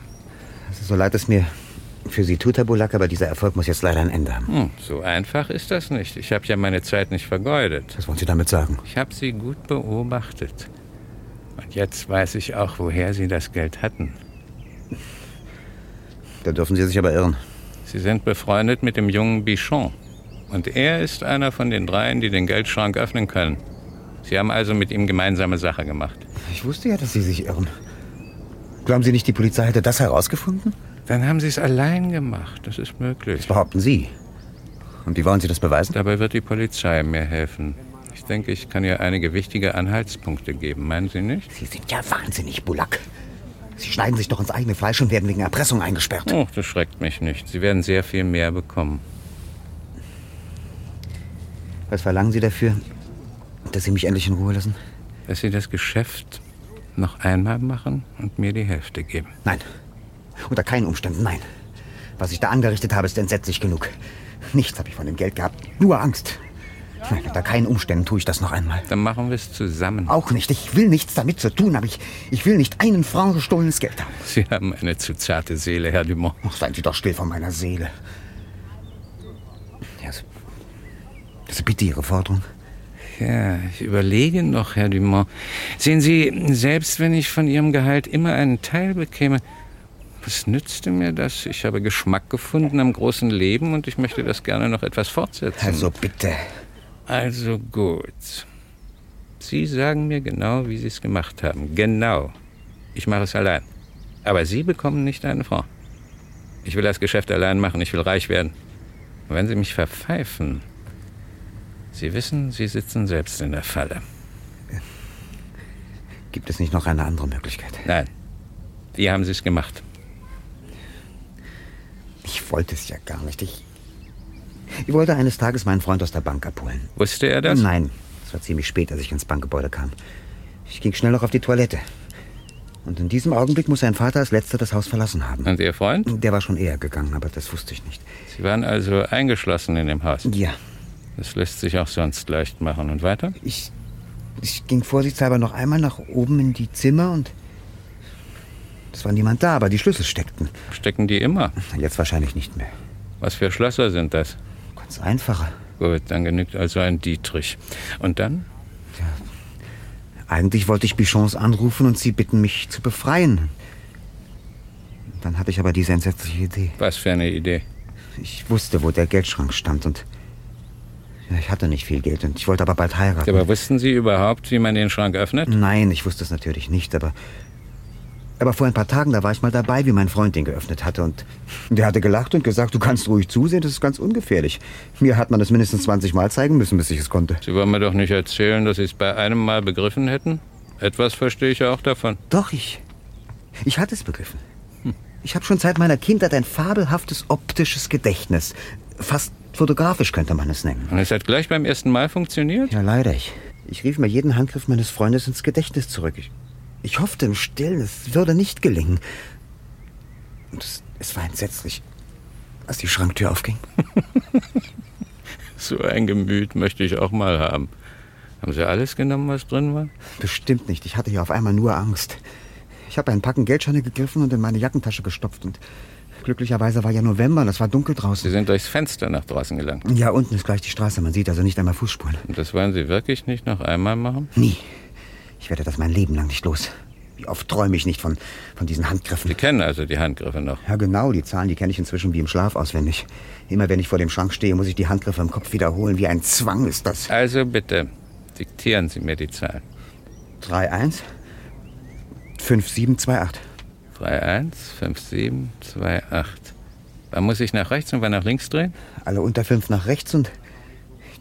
Es ist So leid es mir für Sie tut, Herr Bulak, aber dieser Erfolg muss jetzt leider ein Ende haben. Hm, so einfach ist das nicht. Ich habe ja meine Zeit nicht vergeudet. Was wollen Sie damit sagen? Ich habe sie gut beobachtet. Und jetzt weiß ich auch, woher sie das Geld hatten. Da dürfen Sie sich aber irren. Sie sind befreundet mit dem jungen Bichon. Und er ist einer von den dreien, die den Geldschrank öffnen können. Sie haben also mit ihm gemeinsame Sache gemacht. Ich wusste ja, dass Sie sich irren. Glauben Sie nicht, die Polizei hätte das herausgefunden? Dann haben Sie es allein gemacht. Das ist möglich. Das behaupten Sie. Und wie wollen Sie das beweisen? Dabei wird die Polizei mir helfen. Ich denke, ich kann ihr einige wichtige Anhaltspunkte geben. Meinen Sie nicht? Sie sind ja wahnsinnig, Bulak. Sie schneiden sich doch ins eigene Fleisch und werden wegen Erpressung eingesperrt. Oh, das schreckt mich nicht. Sie werden sehr viel mehr bekommen. Was verlangen Sie dafür, dass Sie mich endlich in Ruhe lassen? Dass Sie das Geschäft noch einmal machen und mir die Hälfte geben. Nein. Unter keinen Umständen, nein. Was ich da angerichtet habe, ist entsetzlich genug. Nichts habe ich von dem Geld gehabt, nur Angst. Nein, unter keinen Umständen tue ich das noch einmal. Dann machen wir es zusammen. Auch nicht. Ich will nichts damit zu tun haben. Ich, ich will nicht einen Franc gestohlenes Geld haben. Sie haben eine zu zarte Seele, Herr Dumont. Ach, seien Sie doch still von meiner Seele. Ja, so- also bitte Ihre Forderung. Ja, ich überlege noch, Herr Dumont. Sehen Sie, selbst wenn ich von Ihrem Gehalt immer einen Teil bekäme, was nützte mir das? Ich habe Geschmack gefunden am großen Leben und ich möchte das gerne noch etwas fortsetzen. Also bitte. Also gut. Sie sagen mir genau, wie Sie es gemacht haben. Genau. Ich mache es allein. Aber Sie bekommen nicht einen Franc. Ich will das Geschäft allein machen. Ich will reich werden. Und wenn Sie mich verpfeifen, Sie wissen, Sie sitzen selbst in der Falle. Gibt es nicht noch eine andere Möglichkeit? Nein. Wie haben Sie es gemacht? Ich wollte es ja gar nicht. Ich, ich wollte eines Tages meinen Freund aus der Bank abholen. Wusste er das? Nein, es war ziemlich spät, als ich ins Bankgebäude kam. Ich ging schnell noch auf die Toilette. Und in diesem Augenblick muss sein Vater als letzter das Haus verlassen haben. Und Ihr Freund? Der war schon eher gegangen, aber das wusste ich nicht. Sie waren also eingeschlossen in dem Haus? Ja. Das lässt sich auch sonst leicht machen. Und weiter? Ich. Ich ging vorsichtshalber noch einmal nach oben in die Zimmer und. Es war niemand da, aber die Schlüssel steckten. Stecken die immer? Jetzt wahrscheinlich nicht mehr. Was für Schlösser sind das? Ganz einfache. Gut, dann genügt also ein Dietrich. Und dann? Eigentlich wollte ich Bichons anrufen und sie bitten, mich zu befreien. Dann hatte ich aber diese entsetzliche Idee. Was für eine Idee. Ich wusste, wo der Geldschrank stand und. Ja, ich hatte nicht viel Geld und ich wollte aber bald heiraten. Aber wussten Sie überhaupt, wie man den Schrank öffnet? Nein, ich wusste es natürlich nicht, aber. Aber vor ein paar Tagen, da war ich mal dabei, wie mein Freund den geöffnet hatte. Und der hatte gelacht und gesagt, du kannst ruhig zusehen, das ist ganz ungefährlich. Mir hat man das mindestens 20 Mal zeigen müssen, bis ich es konnte. Sie wollen mir doch nicht erzählen, dass Sie es bei einem Mal begriffen hätten? Etwas verstehe ich ja auch davon. Doch, ich. Ich hatte es begriffen. Ich habe schon seit meiner Kindheit ein fabelhaftes optisches Gedächtnis. Fast fotografisch könnte man es nennen. Und es hat gleich beim ersten Mal funktioniert? Ja, leider. Ich, ich rief mir jeden Handgriff meines Freundes ins Gedächtnis zurück. Ich, ich hoffte im Stillen, es würde nicht gelingen. Und es, es war entsetzlich, als die Schranktür aufging. So ein Gemüt möchte ich auch mal haben. Haben Sie alles genommen, was drin war? Bestimmt nicht. Ich hatte ja auf einmal nur Angst. Ich habe ein Packen Geldscheine gegriffen und in meine Jackentasche gestopft. Und glücklicherweise war ja November und es war dunkel draußen. Sie sind durchs Fenster nach draußen gelangt. Ja, unten ist gleich die Straße. Man sieht also nicht einmal Fußspuren. Und das wollen Sie wirklich nicht noch einmal machen? Nie. Ich werde das mein Leben lang nicht los. Wie oft träume ich nicht von, von diesen Handgriffen. Sie kennen also die Handgriffe noch. Ja, genau, die Zahlen, die kenne ich inzwischen wie im Schlaf auswendig. Immer wenn ich vor dem Schrank stehe, muss ich die Handgriffe im Kopf wiederholen. Wie ein Zwang ist das. Also bitte, diktieren Sie mir die Zahlen. 3-1, 5-7-2-8. 315728. Wann muss ich nach rechts und wann nach links drehen? Alle unter 5 nach rechts und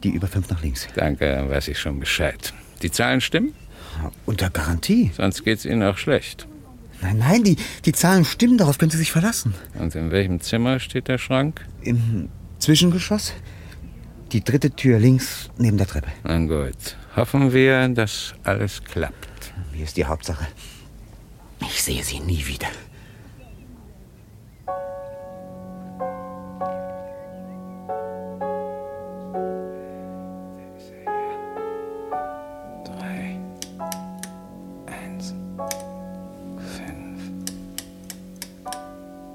die über 5 nach links. Danke, dann weiß ich schon Bescheid. Die Zahlen stimmen? Unter Garantie. Sonst geht's Ihnen auch schlecht. Nein, nein, die, die Zahlen stimmen, darauf können Sie sich verlassen. Und in welchem Zimmer steht der Schrank? Im Zwischengeschoss, die dritte Tür links neben der Treppe. Na gut. Hoffen wir, dass alles klappt. Mir ist die Hauptsache. Ich sehe Sie nie wieder. Drei, eins, fünf,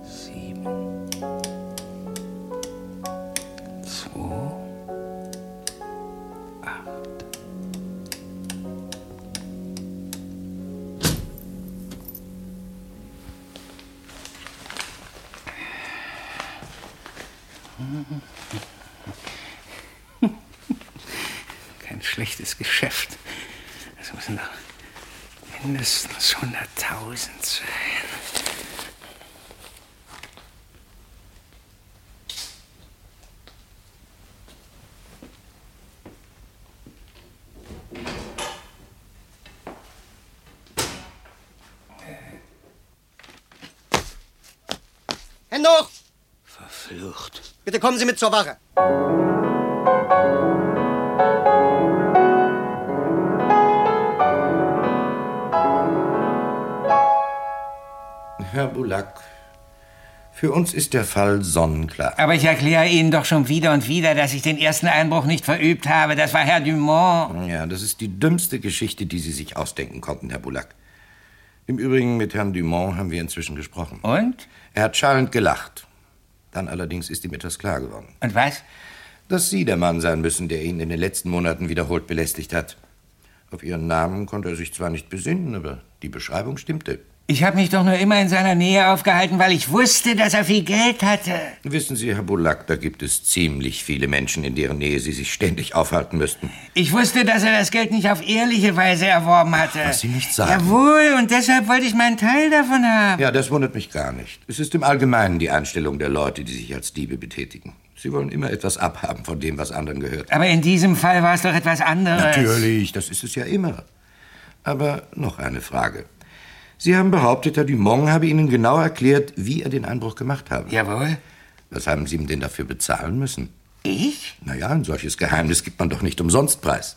sieben, zwei, Kein schlechtes Geschäft. Es müssen doch mindestens 100.000 sein. Hände hoch! Verflucht. Bitte kommen Sie mit zur Wache. Herr Bulak, für uns ist der Fall sonnenklar. Aber ich erkläre Ihnen doch schon wieder und wieder, dass ich den ersten Einbruch nicht verübt habe. Das war Herr Dumont. Ja, das ist die dümmste Geschichte, die Sie sich ausdenken konnten, Herr Bulak. Im Übrigen, mit Herrn Dumont haben wir inzwischen gesprochen. Und? Er hat schallend gelacht. Dann allerdings ist ihm etwas klar geworden. Und was? Dass Sie der Mann sein müssen, der ihn in den letzten Monaten wiederholt belästigt hat. Auf Ihren Namen konnte er sich zwar nicht besinnen, aber die Beschreibung stimmte. Ich habe mich doch nur immer in seiner Nähe aufgehalten, weil ich wusste, dass er viel Geld hatte. Wissen Sie, Herr Bulak, da gibt es ziemlich viele Menschen, in deren Nähe Sie sich ständig aufhalten müssten. Ich wusste, dass er das Geld nicht auf ehrliche Weise erworben hatte. Was Sie nicht sagen. Jawohl, und deshalb wollte ich meinen Teil davon haben. Ja, das wundert mich gar nicht. Es ist im Allgemeinen die Einstellung der Leute, die sich als Diebe betätigen. Sie wollen immer etwas abhaben von dem, was anderen gehört. Aber in diesem Fall war es doch etwas anderes. Natürlich, das ist es ja immer. Aber noch eine Frage. Sie haben behauptet, Herr Dumont habe Ihnen genau erklärt, wie er den Einbruch gemacht habe. Jawohl. Was haben Sie ihm denn dafür bezahlen müssen? Ich? Naja, ein solches Geheimnis gibt man doch nicht umsonst preis.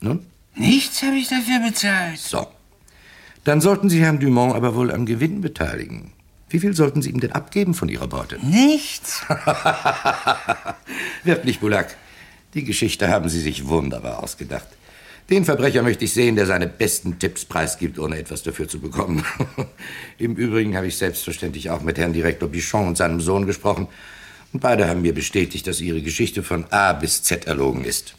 Nun? Nichts habe ich dafür bezahlt. So. Dann sollten Sie Herrn Dumont aber wohl am Gewinn beteiligen. Wie viel sollten Sie ihm denn abgeben von Ihrer Beute? Nichts. Wirklich, Bulak. Die Geschichte haben Sie sich wunderbar ausgedacht. Den Verbrecher möchte ich sehen, der seine besten Tipps preisgibt, ohne etwas dafür zu bekommen. Im Übrigen habe ich selbstverständlich auch mit Herrn Direktor Bichon und seinem Sohn gesprochen. Und beide haben mir bestätigt, dass ihre Geschichte von A bis Z erlogen ist.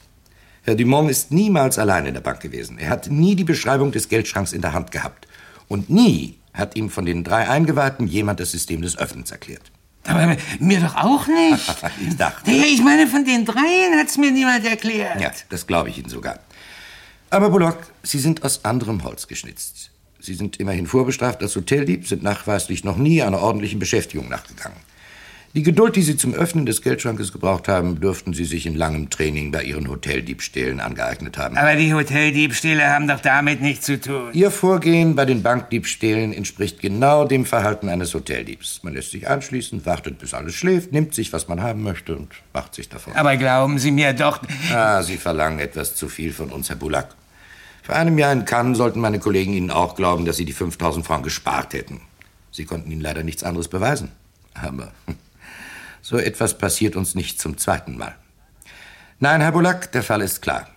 Herr Dumont ist niemals allein in der Bank gewesen. Er hat nie die Beschreibung des Geldschranks in der Hand gehabt. Und nie hat ihm von den drei Eingeweihten jemand das System des Öffnens erklärt. Aber mir doch auch nicht. ich dachte. Ja, Ich meine, von den dreien hat's mir niemand erklärt. Ja, das glaube ich Ihnen sogar. Aber Bullock, Sie sind aus anderem Holz geschnitzt. Sie sind immerhin vorbestraft als Hoteldieb, sind nachweislich noch nie einer ordentlichen Beschäftigung nachgegangen. Die Geduld, die Sie zum Öffnen des Geldschrankes gebraucht haben, dürften Sie sich in langem Training bei Ihren Hoteldiebstählen angeeignet haben. Aber die Hoteldiebstähle haben doch damit nichts zu tun. Ihr Vorgehen bei den Bankdiebstählen entspricht genau dem Verhalten eines Hoteldiebs. Man lässt sich anschließen, wartet, bis alles schläft, nimmt sich, was man haben möchte und macht sich davon. Aber glauben Sie mir doch. Ah, Sie verlangen etwas zu viel von uns, Herr Bulak. Vor einem Jahr in Cannes sollten meine Kollegen Ihnen auch glauben, dass Sie die 5000 Franken gespart hätten. Sie konnten Ihnen leider nichts anderes beweisen. Aber hm, so etwas passiert uns nicht zum zweiten Mal. Nein, Herr Bulak, der Fall ist klar.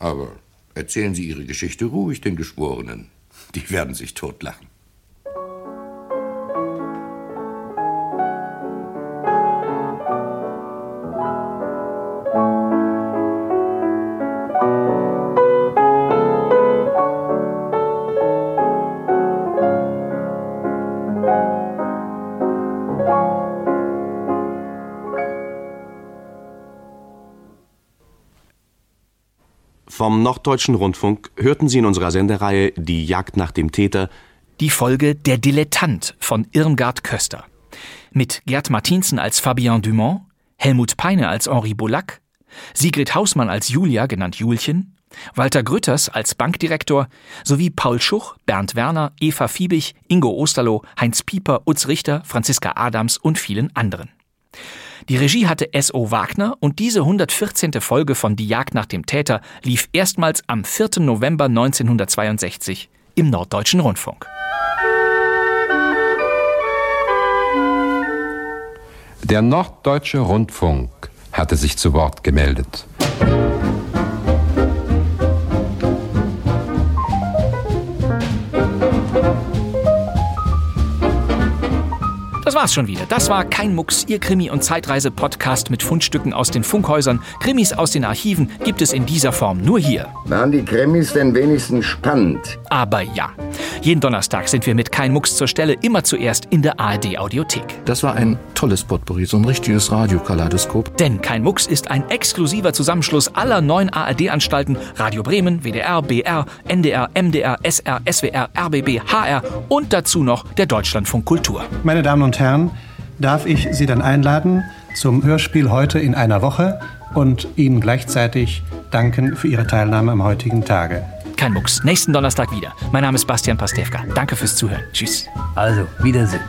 Aber erzählen Sie Ihre Geschichte ruhig den Geschworenen. Die werden sich totlachen. Vom Norddeutschen Rundfunk hörten Sie in unserer Sendereihe Die Jagd nach dem Täter Die Folge Der Dilettant von Irmgard Köster. Mit Gerd Martinsen als Fabien Dumont, Helmut Peine als Henri Boulac, Sigrid Hausmann als Julia, genannt Julchen, Walter Grütters als Bankdirektor sowie Paul Schuch, Bernd Werner, Eva Fiebig, Ingo Osterloh, Heinz Pieper, Utz Richter, Franziska Adams und vielen anderen. Die Regie hatte S.O. Wagner und diese 114. Folge von Die Jagd nach dem Täter lief erstmals am 4. November 1962 im Norddeutschen Rundfunk. Der Norddeutsche Rundfunk hatte sich zu Wort gemeldet. Das war's schon wieder. Das war kein Mucks, Ihr Krimi- und Zeitreise-Podcast mit Fundstücken aus den Funkhäusern. Krimis aus den Archiven gibt es in dieser Form nur hier. Waren die Krimis denn wenigstens spannend? Aber ja, jeden Donnerstag sind wir mit kein Mucks zur Stelle, immer zuerst in der ARD-Audiothek. Das war ein tolles Potpourri, so ein richtiges Radiokaleidoskop. Denn kein Mucks ist ein exklusiver Zusammenschluss aller neuen ARD-Anstalten Radio Bremen, WDR, BR, NDR, MDR, SR, SWR, RBB, HR und dazu noch der Deutschlandfunk Kultur. Meine Damen und Herren, darf ich Sie dann einladen zum Hörspiel heute in einer Woche und Ihnen gleichzeitig danken für Ihre Teilnahme am heutigen Tage. Kein Mucks, nächsten Donnerstag wieder. Mein Name ist Bastian Pastewka. Danke fürs Zuhören. Tschüss. Also, Wiedersehen.